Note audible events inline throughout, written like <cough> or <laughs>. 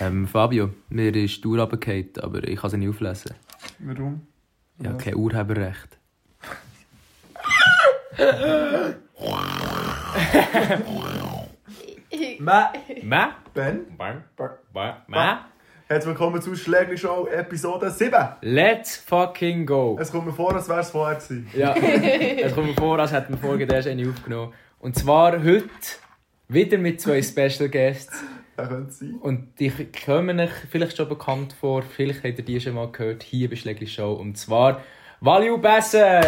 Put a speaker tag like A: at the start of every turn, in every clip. A: Ähm, Fabio, mir ist die Uhr runtergefallen, aber ich kann sie nicht auflesen.
B: Warum?
A: Ich habe kein Urheberrecht.
B: Ma.
C: Mä?
B: Ben,
C: Bang.
B: Bang.
C: Bang. Mä?
B: herzlich willkommen zu Schlägli Show Episode 7.
C: Let's fucking go.
B: Es kommt mir vor, als wäre es vorher gewesen.
C: Ja, es kommt mir vor, als hätten wir vorhin erst eine aufgenommen. Und zwar heute wieder mit zwei Special Guests.
B: Das könnte sein. <laughs>
C: Und die kommen euch vielleicht schon bekannt vor, vielleicht habt ihr die schon mal gehört, hier bei Schlägli Show. Und zwar Value Besse!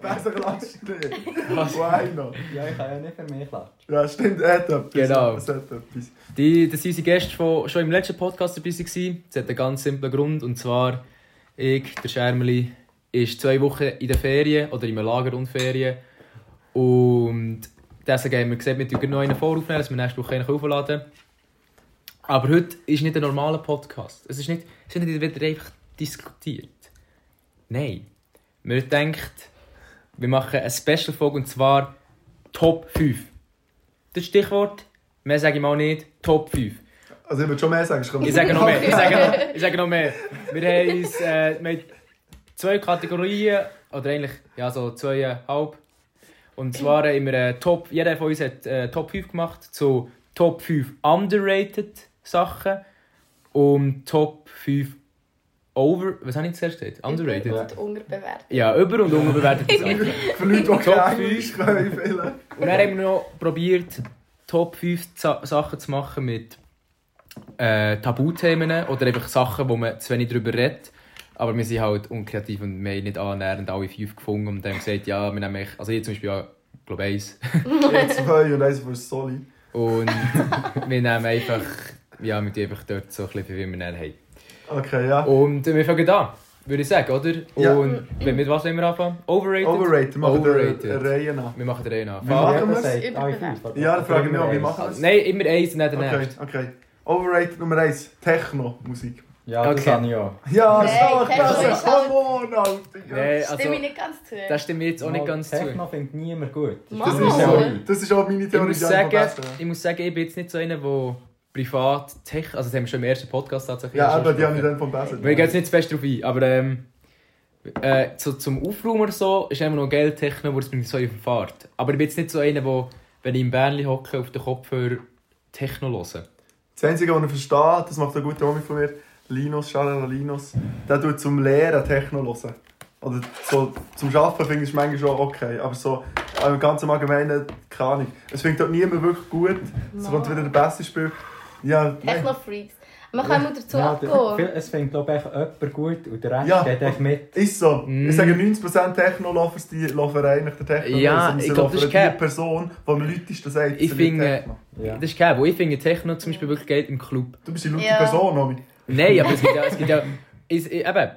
B: Besser klatscht nicht.
C: Was?
B: Why not?
D: Ja, ich kann ja nicht für mich klatschen.
B: Ja, stimmt, er hat etwas.
C: Genau.
B: Es hat etwas.
C: Die, das waren unsere Gäste von, schon im letzten Podcast dabei. Gewesen. Das hat einen ganz simplen Grund. Und zwar, ich, der Schermeli, ist zwei Wochen in der Ferien oder im Lager und Ferien. Und deswegen haben wir gesagt, wir tun noch einen voraufnehmen, dass wir nächste Woche einen aufladen können. Aber heute ist nicht ein normaler Podcast. Es ist nicht, es ist nicht wieder einfach diskutiert. Nein. Wir denken, wir machen eine Special-Folge und zwar Top 5. Das Stichwort, mehr sage ich mal nicht, Top 5.
B: Also, ich würde schon mehr sagen. es kommt-
C: Ich sage noch mehr. Ich sage noch, ich sage noch mehr. Wir haben uns äh, wir haben zwei Kategorien, oder eigentlich ja, so zweieinhalb. Und zwar haben wir äh, Top, jeder von uns hat äh, Top 5 gemacht zu Top 5 underrated Sachen und Top 5 over. Was habe ich zuerst gesagt? Underrated.
D: Über-
E: Und unterbewertet.
C: Ja, über- und unterbewertete Sachen.
B: Für Leute, die
C: Top
B: kein Englisch können, empfehlen.
C: Und dann haben wir noch probiert, Top 5 Za- Sachen zu machen mit äh, Tabuthemen oder einfach Sachen, wo man zu wenig darüber redet. Aber wir sind halt unkreativ und wir haben nicht annähernd alle fünf gefunden und haben gesagt, ja, wir nehmen eigentlich, also ich zum Beispiel, ja, glaube eins.
B: Zwei und eins für Soli.
C: Und wir nehmen einfach, ja, wir tun einfach dort so ein bisschen, wie wir dann haben.
B: Okay, ja.
C: Und äh, wir fangen an, würde ich sagen, oder?
B: Ja.
C: Und wenn- mit was wollen wir anfangen? Overrated?
B: Overrated, machen wir
C: Overrated.
B: eine Reihe nach.
C: Wir machen den einen
B: Wir
C: an.
B: machen
D: Ja,
B: wir's?
D: das sagt
E: Über-
D: alle fünf, oder?
B: Ja, dann frage ich mich
D: Immer
B: auch, wie
D: eins.
B: machen wir es?
C: Nein, immer eins und dann den
B: Okay,
C: nächsten.
B: okay. Overrated Nummer 1, Techno-Musik.
D: Ja, das
C: Okay.
D: okay. habe ich auch.
B: Ja,
E: Nee,
B: stark,
E: Techno
B: das ist
E: ist halt-
B: Come on, Alter.
C: Nee,
E: Stimme ich nicht ganz zu.
C: also, Das stimmt mir jetzt auch nicht
D: Mal,
C: ganz zu.
D: Techno findet niemand gut.
E: Mal.
B: Das
E: Mama.
B: ist, auch, das ist auch meine
C: Ich
B: Theorie.
C: muss,
B: die ich am
C: sagen,
B: besten habe.
C: ich muss sagen, ich bin jetzt nicht so einer, der privat Tech. Also, das haben wir schon im ersten Podcast tatsächlich.
B: Ja,
C: schon
B: aber die haben ich
C: gesprochen.
B: dann vom Bassett.
C: Wir gehen jetzt nicht zu fest drauf ein, aber ähm, äh, zu, zum Aufraum oder so ist immer noch Geld Techno, wo es mich so verfahrt. Aber ich bin jetzt nicht so einer, der, wenn ich im Bernli hocke, auf den Kopfhörer Techno höre.
B: Das Einzige, was ich verstehe, das macht ein guter Homie von mir, Linus, Charlena Linus, der tut zum Lehren Techno hören. Oder so, zum Arbeiten finde ich es manchmal schon okay, aber so im ganzen Allgemeinen, keine Ahnung. Es findet dort niemand wirklich gut, es kommt wieder der beste Spiel. Ja, nein.
E: Techno-Freaks. Man kann mal dazu
D: Ja, der-
E: abgehen.
D: viel- es findet, glaube ich, jemand gut und der Rest
B: Ja.
D: geht echt mit.
B: Ist so.
C: Mm.
B: Ich sage 90% Techno-Lovers, die laufen eigentlich der Techno.
C: Ja,
B: Und sie
C: ich glaub, das
B: laufen
C: ist Cap.
B: die Person, die am lautesten sagt,
C: Ich
B: sie
C: finde-
B: liebt Techno.
D: Ja.
C: Das ist kein, wo ich finde Techno zum Beispiel wirklich Geld im Club.
B: Du bist die laute
E: Ja.
B: Person, Homie.
C: Nein, aber es gibt ja. Es gibt ja es, ich- eben,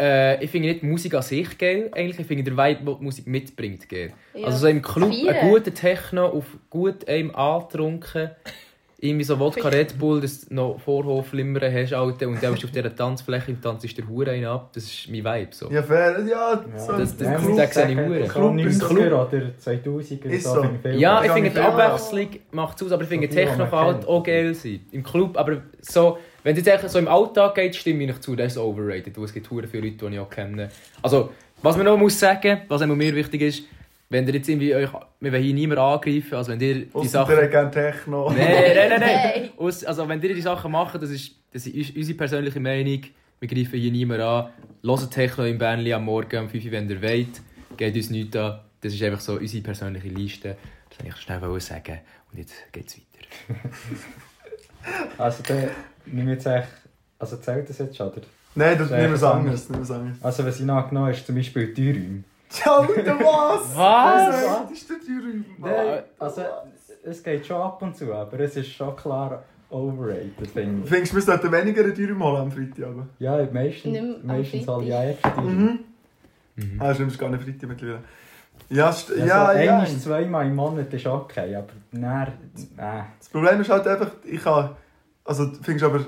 C: äh, ich finde nicht die Musik an sich geil, eigentlich. Ich finde den Vibe, den die Musik mitbringt, geil.
E: Ja.
C: Also so im Club,
E: Feiern.
C: ein guter Techno auf gut einem angetrunken. Irgendwie so Wodka Red Bull, dass du noch Vorhof flimmern hast, Alter, und dann bist du auf dieser Tanzfläche und tanzt der Hure einen ab. Das ist mein Vibe, so.
B: Ja, fair. Ja,
D: Ja.
B: so
C: Das- das-
B: ein
C: das-
B: Club.
C: das- sehe ich
D: Club
C: verdammt.
B: Club ist
D: Club
B: Club.
D: oder 2000 er
B: Ist
C: Ja,
B: so.
C: ich
B: Ja,
C: finde,
B: ich
C: die
B: auch.
C: Abwechslung macht es aus, aber ich finde,
D: Das ist
C: Techno
D: ja
C: kann halt
D: markant.
C: auch geil sein. Im Club, aber so, wenn du jetzt eigentlich so im Alltag geht, stimme ich nicht zu, das ist overrated. weil Es gibt hure viele Leute, die ich auch kenne. Also, was man noch muss sagen, was einmal mir wichtig ist, wenn ihr jetzt irgendwie euch, wir wollen hier niemand angreifen, also wenn ihr die
B: Ausser der
C: Sachen...
B: gerne Techno.
C: Nein, nein, nein, nein.
E: Nein.
C: Aus- Also, wenn ihr die Sachen macht, das ist, das ist uns- unsere persönliche Meinung. Wir greifen hier niemand an. Hört Techno im Bernli am Morgen um 5 Uhr, wenn ihr wollt. Geht uns nichts an. Das ist einfach so unsere persönliche Liste. Das wollte ich schnell wollen sagen. Und jetzt geht's weiter.
D: Also, der nimmt jetzt echt. Also, zählt das jetzt schon, oder?
B: <laughs> Nein, das
D: Sehr
B: nehmen wir es
D: spannend.
B: anders. Nehmen wir es anders.
D: Also, was ich nachgenommen habe, ist zum Beispiel die Räume.
B: Ja, <laughs> Alter, was?
C: Was?
B: Das ist der Dürüm.
D: Nein, also, es geht schon ab und zu, aber es ist schon klar overrated, finde ich.
B: Findest du, wir sollten weniger einen Dürüm holen am Freitag? Aber.
D: Ja, meistens,
E: Nicht mehr am
D: meistens habe ich ja
E: Freitag.
D: extra die
B: Mhm. Ah, stimmt, es ist gar nicht Freitag mittlerweile. Ja, st-
D: Ja,
B: ja,
D: so
B: ja.
D: einmal, zweimal im Monat ist okay, aber dann... äh, Nein.
B: Das Problem ist halt einfach, ich kann. Also, du findest aber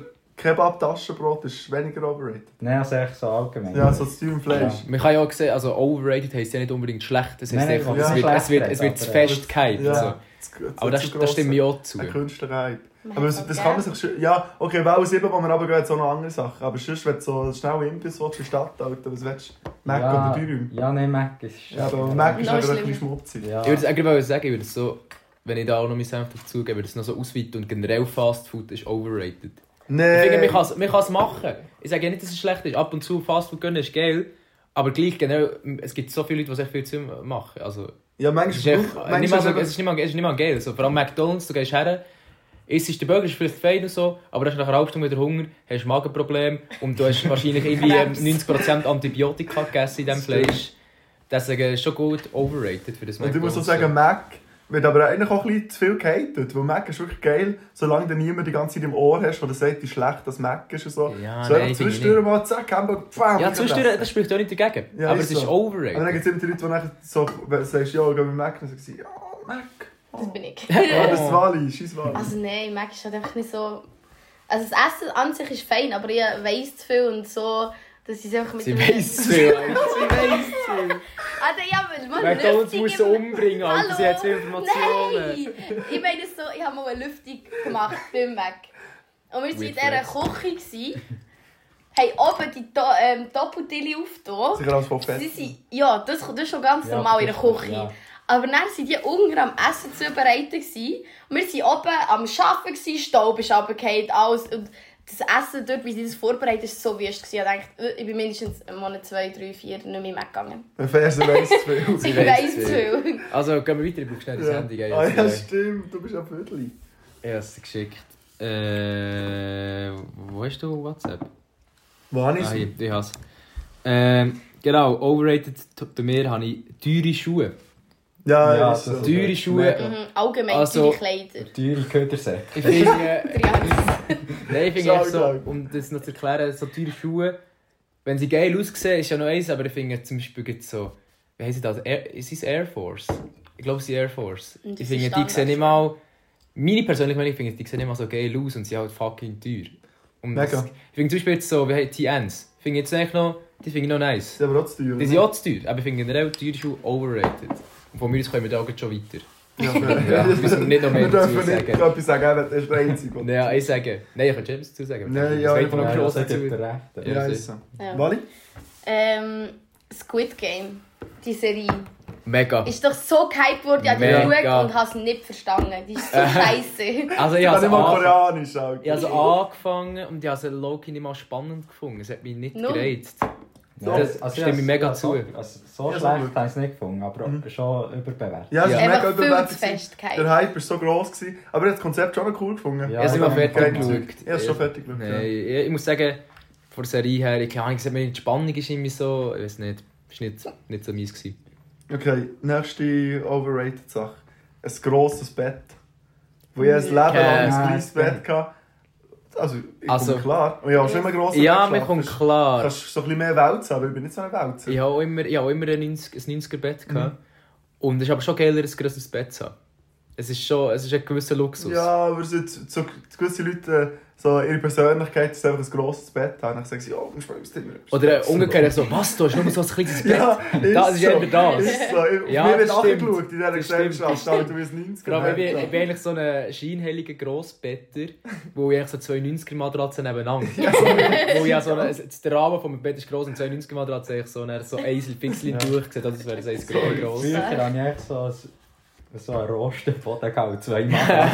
B: Kebab-Taschenbrot ist weniger overrated.
D: Nein, also echt so allgemein.
B: Ja, so das Dürümfleisch.
C: Man kann ja auch sehen, also overrated heisst ja nicht unbedingt schlecht. Das heisst
D: Nein,
C: einfach,
B: ja,
C: es wird, es
D: schlecht
C: wird, es wird
D: aber-
C: fest gehypt.
B: Ja.
C: So.
B: zu-
C: Aber das,
B: zu
C: das stimme ich auch
B: Ein
C: zu.
B: Künstlerhype.
E: Man
B: Aber
E: hat
B: das,
E: auch
B: das kann man
E: gern.
B: sich schon... Ja, okay, Welle 7, wo wir runtergehen, ist auch noch andere Sachen. Aber sonst, wenn du so schnell Imbiss willst, in die Stadt, Alter, was willst du? Mac
D: ja,
B: oder Dürüm?
D: Ja, nein, Mac ist
B: Ja, aber Mac ist
E: Noch
B: einfach ein
E: schlimmer.
B: bisschen schmutzig.
D: Ja.
C: Ich würde es eigentlich wollen sagen, ich würde es so, wenn ich da auch noch meinen Senf dazugebe, würde ich es noch so ausweiten und generell Fast Food ist overrated. Ich finde,
B: Nee!
C: man kann es- man kann es machen. Ich sage ja nicht, dass es schlecht ist. Ab und zu Fast Food gönnen ist geil. Aber gleich generell, es gibt so viele Leute, die sich viel zu machen. Also, es
B: Ja,
C: ist,
B: manchmal...
C: echt,
B: manchmal
C: nicht mal so,
B: aber-
C: es ist nicht mal, es ist nicht mal geil. So, vor allem McDonalds, du gehst her, isst den Burger, ist vielleicht fein und so, aber hast nach einer halben Stunde wieder Hunger, hast Magenprobleme und du hast
B: <laughs>
C: wahrscheinlich irgendwie
E: Krebs.
C: 90% Antibiotika gegessen in diesem Fleisch. Deswegen ist schon gut overrated für das
B: Und ich muss auch
C: McDonald's.
B: sagen, Mac wird aber eigentlich auch ein bisschen zu viel gehatet. Weil Mac ist wirklich geil, solange du niemand die ganze Zeit im Ohr hast, der dir sagt, wie schlecht das Mac ist und so.
C: Ja,
B: so
C: nein,
B: einfach
C: finde ich
B: zwischendurch mal zack, Hamburger, bam!
C: Ja, zwischendurch, das spricht auch nicht dagegen.
B: Ja,
C: aber
B: ist
C: es ist
B: so.
C: overrated.
B: Und dann gibt es immer die Leute, die nachher so, wenn du sagst, ja, ich gehe mit Mac, dann sagst du, ja, Mac.
E: Das bin ich. <laughs>
B: Ja, das ist Wally, scheiß Wally.
E: Also nein, Mac ist halt einfach nicht so... Also das Essen an sich ist fein, aber ich weiss zu viel und so... Dass ich es einfach mit
C: Sie
E: einem-
C: weiss
B: <laughs>
C: es viel, Alter. Sie weiss es viel.
E: Alter, Ah, ja, weil man
C: McDonalds
E: Lüftung
C: muss
E: im-
C: sie umbringen, Alter. Sie
E: Hallo?
C: hat zu viele Informationen.
E: Nein! Ich meine so, ich habe mal eine Lüftung gemacht beim Mac. Und wir waren
C: Weird
E: in dieser
C: flex.
E: Küche, gewesen, haben oben die Do ähm, Doppeltille aufgetan.
B: Sicher alles von Fett.
E: Sie sind, ja, das, das ist schon ganz
D: Ja,
E: normal in der
D: das ist-
E: Küche.
D: ja.
E: Aber dann waren die unten am Essen zubereitet. Gewesen. Und wir waren oben am Arbeiten, gewesen, Staub ist runtergefallen, alles. Und das Essen dort, wie sie das vorbereitet ist so wüst. gewesen. Ich dachte, ich bin mindestens einen Monat, zwei, drei, vier nicht mehr weggegangen.
B: Ein Fersen weiss zu
E: <laughs>
B: viel.
E: Ich
C: weiss
E: weiss
C: es
E: zu viel. <laughs>
C: Also, gehen wir weiter. Ich brauche schnell das
B: Ja.
C: Handy. Eh, gell?
B: Ah
C: Jetzt,
B: ja,
C: äh,
B: stimmt, du bist ein Viertel.
C: Ich habe es geschickt. Äh, wo hast du WhatsApp?
B: Wo habe ich
C: Ah,
B: es?
C: hier, ich habe es. Ähm, genau, overrated t- bei mir habe ich teure Schuhe.
B: Ja,
D: Ja,
B: ja, ist so.
D: das-
C: Teure Schuhe.
E: Mhm, allgemein
C: Also-
E: also, Kleider.
D: Teure Ködersäcke.
C: Ich finde... äh,
E: Triangel.
C: Nein, ich finde echt so,
B: Shoutout.
C: um das noch zu erklären, so teure Schuhe, wenn sie geil aussehen, ist ja noch eins, aber ich finde zum Beispiel jetzt so, wie heisst das, Air, ist es Air Force? Ich glaube, es ist Air Force.
E: Und
C: Ich
E: das ist
C: finde, die
E: Standard.
C: sehen nicht mal, meine persönliche Meinung, ich finde, die sehen nicht mal so geil aus und sind halt fucking teuer. Und
B: Mega.
C: Das, ich finde zum Beispiel jetzt so, wie heisst die Ends, ich finde jetzt eigentlich noch, die finde ich noch nice.
B: Ist aber auch zu teuer. ne?
C: Die sind auch zu teuer, aber ich finde generell teure Schuhe overrated. Und von mir aus kommen wir da auch schon weiter.
B: Ja,
C: Ja, müssen wir nicht
B: <laughs>
C: noch mehr
B: Wir dürfen
C: dazu
B: nicht
C: sagen.
B: etwas sagen, er ist der Einzige. der-
C: Nein, ich sage, nein, ich kann James dazu sagen.
B: Nein,
C: Das
B: ja,
C: redet man
B: nein,
C: auch
D: Ja,
C: gross
D: das gibt
C: dazu.
D: er recht.
C: Ja.
B: Ja, ist so.
E: Ja.
B: Wally?
E: Ähm, Squid Game, die Serie,
C: Mega.
E: ist doch so gehypt worden, ich habe die
C: Mega.
E: geschaut und habe es nicht verstanden. Die ist so scheiße.
C: Also ich
B: Ich kann
C: habe
B: nicht
C: es
B: mal
C: angefangen,
B: koreanisch, Alter.
C: ich habe es angefangen und ich habe es Loki nicht mal spannend gefunden. Es hat mich nicht
E: Null.
C: gereizt.
D: Ja,
C: Das
D: also
C: stimme ich
D: ja,
C: mega
D: ja, so-
C: zu.
D: Also, so
B: Ja, so
D: schlecht
B: gut. Mhm.
D: habe ich es nicht gefunden, aber schon überbewertet.
B: Ja, also es war
C: Ja.
B: mega
E: Einfach viel
B: überwältigt.
E: zu fest
B: gewesen.
E: gehypt.
B: Der Hype war so gross, gewesen, aber ich habe das Konzept schon noch cool gefunden.
D: Ja.
C: also ich habe es nicht mal fertig
B: geil.
C: geschaut.
B: Ich habe es schon fertig geschaut.
C: Nein,
B: ja.
C: ich, ich muss sagen, von der Serie her, ich habe gesagt, meine Spannung ist irgendwie so, ich weiß nicht, ist nicht, nicht so mies gewesen.
B: Okay, nächste overrated Sache. Ein grosses Bett. Wo ich ein Leben lang
C: Äh,
B: ein kleines
D: nein.
B: Bett hatte. Also, ich
C: Also-
B: komme klar. Und ich habe schon immer ein grosses
C: Ja,
B: Bett
C: mir kommt
B: geschlafen. Also, Du
C: klar.
B: kannst so ein bisschen mehr wälzen, aber ich bin nicht so ein Wälzer.
C: Ich habe auch immer, ich habe auch immer ein 90, ein 90er-Bett. gehabt.
B: Mhm.
C: Und es ist aber schon geiler, ein grösseres Bett zu haben. Es ist schon es ist ein gewisser Luxus.
B: Ja, aber so, so gewisse Leute, so ihre Persönlichkeit ist einfach ein grosses Bett haben. Dann sagen sie, oh, du spielst ins Zimmer.
C: Oder äh, umgekehrt so, was, du hast nur so ein kleines Bett.
B: <laughs> Ja,
C: das ist eher das.
B: Ist so. Ich,
C: Ja,
B: mir wird
C: das stimmt.
B: angeschaut in dieser
C: Das stimmt, das
B: Gesellschaft,
C: stimmt.
B: Alter, wie es 90
C: Vor allem, ich, bin, ich bin eigentlich so ein scheinheiliger Grossbetter, wo ich eigentlich so 92er Matratzen nebeneinander. wo ich auch so eine, der Rahmen von meinem Bett ist gross und 92er Matratzen ich so, dann so ein Pixel
D: Ja.
C: durchgesehen, das wäre so eins groß. gross.
D: Früher habe ich echt so ein, so einen rosten Boden gehabt,
C: <laughs>
D: zwei Mal.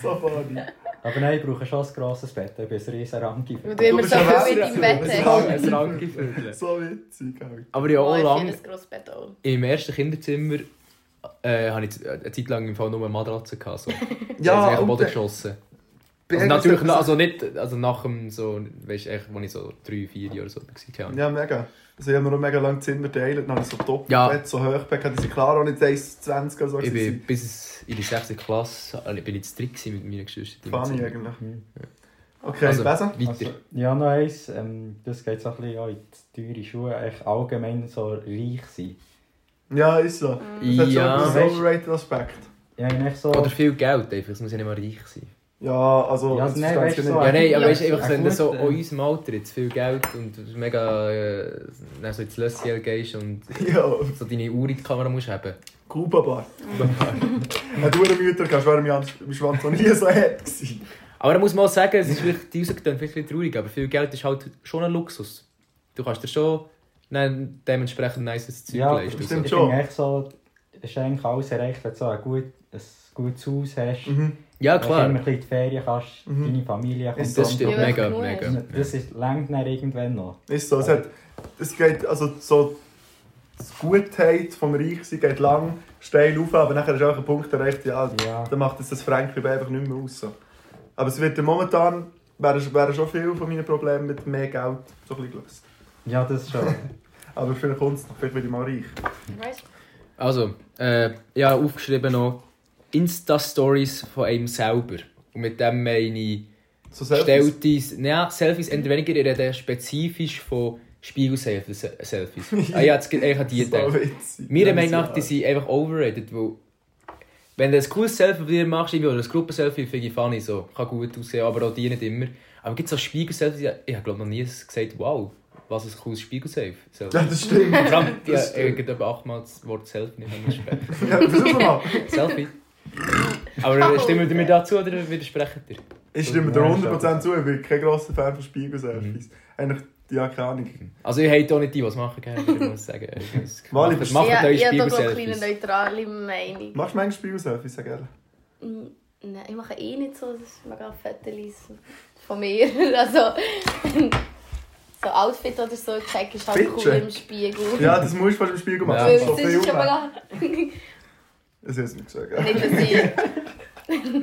B: So funny.
D: aber nein, ich brauche schon ein grosses Bett, ich bin ein riesen Rangi.
E: Weil du immer
B: bist
E: so
B: ein
E: viel
B: Wälzer.
E: mit im Bett
B: Du bist
E: hast.
B: ein
C: Ein Ranggefühl.
B: So witzig, halt. Alter.
C: Aber ja,
E: Oh,
C: auch
E: ich
C: lang,
E: finde ein grosses Bett auch.
C: im ersten Kinderzimmer äh, habe ich eine Zeit lang im Fall nur eine Matratze gehabt. So.
B: Ja,
C: ich am
B: und
C: Boden
B: der-
C: geschossen.
B: Bei
C: Also
B: irgendwas-
C: natürlich, also nicht, also nach dem so, weißt du, echt, als ich so drei, vier Jahre so war. keine Ahnung.
B: Ja, mega. Also ich habe mir noch mega lange Zimmer teilt, dann habe ich so top
C: Ja.
B: Bett, so Höchbeck, hatte ich klar auch nicht 1,20 oder so.
C: Ich bin
B: gewesen.
C: bis in die 6. Klasse, also ich bin jetzt drin gewesen mit meinen Geschwistern.
B: funny eigentlich.
D: Mhm.
B: Okay,
C: also,
B: besser?
C: weiter.
D: ja, noch eins, ähm, das geht so ein bisschen auch in die teure Schuhe, echt allgemein so reich sein.
B: Ja, ist so. Das hat so
C: ja.
B: einen overrated Aspekt.
D: Ich habe echt so...
C: Oder viel Geld einfach, es muss ja nicht mal reich sein.
B: Ja, also,
D: Ja,
B: das
D: nein,
B: verstehe ich
D: weißt du,
B: nicht.
D: so
C: Ja, nein, aber
E: Ja,
C: weißt, du, einfach,
D: ja,
C: wenn du
D: gut,
C: so
D: äh.
C: an unserem Alter jetzt viel Geld und mega äh, dann so ins Lössiel gehst und
B: <laughs> Ja,
C: so deine Uhr in die Kamera musst haben.
B: Kuba-Bar.
D: Mhm.
B: Wenn du eine Mütter kannst, wäre mein Ans- mein Schwanz noch nie so <laughs> hart gewesen.
C: Aber da muss man auch sagen, es ist vielleicht, die Musik klingt vielleicht ein bisschen traurig, aber viel Geld ist halt schon ein Luxus. Du kannst dir schon nein, dementsprechend nices Zeug
D: Ja,
C: leisten.
B: stimmt.
C: Also.
D: Ich
B: Schon.
D: finde echt so, es ist eigentlich alles erreicht, wenn du so ein, gut, ein gutes Haus hast.
B: Mhm.
C: Ja,
D: Wenn du immer
C: klar.
D: ein bisschen in die Ferien kannst,
B: Mhm.
D: deine Familie kommt
B: das
C: Das
D: und-
C: stimmt
E: Ja,
C: mega,
E: cool.
C: mega.
D: Und Das ist längt dann irgendwann noch.
B: Ist so. Es, hat, es geht, also so die Gutheit vom Reichsein geht lang steil auf, aber nachher ist auch ein Punkt erreicht, ja,
D: Ja.
B: dann macht es das Fränkli einfach nicht mehr aus. so. Aber es wird ja momentan, wäre wäre schon viel von meinen Problemen mit mehr Geld so ein bisschen gelöst.
D: Ja,
C: <laughs>
D: das schon.
B: Aber vielleicht kommt es noch, vielleicht werde ich mal reich.
E: Weißt du?
C: Also, äh, ja, aufgeschrieben noch Insta-Stories von einem selber. Und mit dem meine ich,
B: So selbst.
C: Selfies. Ja, Selfies, entweder weniger, ich rede spezifisch von Spiegel-Selfies. äh, Selfies. ah, ja, jetzt geht eigentlich an die gedacht. Meiner Meinung nach, die sind einfach overrated, weil wenn du ein cooles Selfie von dir machst, irgendwie, oder ein Gruppenselfie, finde ich funny, so. kann gut aussehen, aber auch die nicht immer. Aber gibt es auch Spiegel-Selfies? Ja, Ich habe glaube noch nie gesagt, wow, was ein cooles Spiegel-Selfie. <laughs>
B: <laughs> Ja, das stimmt.
C: Vor allem, ja,
B: das stimmt.
C: irgendetwa achtmal das Wort Selfie nicht mehr sprechen. <laughs>
B: ja, versuch mal.
C: Selfie. Aber äh, stimmen wir mir dazu oder widersprechen dir?
B: Ich stimme dir 100% zu, ich bin kein grosser Fan von Spiegel-Selfies.
C: Mhm.
B: Eigentlich, ja, keine Ahnung.
C: Also ich hate auch nicht die, was machen können, ich muss sagen. <laughs> Ich-
B: Wally,
C: macht-
B: bist-
C: macht
E: ja,
C: neue
E: ich habe da glaub ich, eine
C: Spiegel-Selfies.
E: kleine neutrale Meinung.
B: Machst du manchmal Spiegel-Selfies, sag ehrlich?
E: Mm, Nein, ich mache eh nicht so, das ist mega Fettelis von mir. <laughs> Also, so Outfit oder so, check ist halt cool
B: Fitcheck.
E: im Spiegel. Dus
B: Ja, das musst du fast im Spiegel machen.
E: Weil
B: Ja,
E: das
B: so viel
E: ist schon
B: Aufwand.
E: mega... <laughs> nicht,
B: Das hast du nicht gesagt.
E: dass
B: Ja.
E: ich...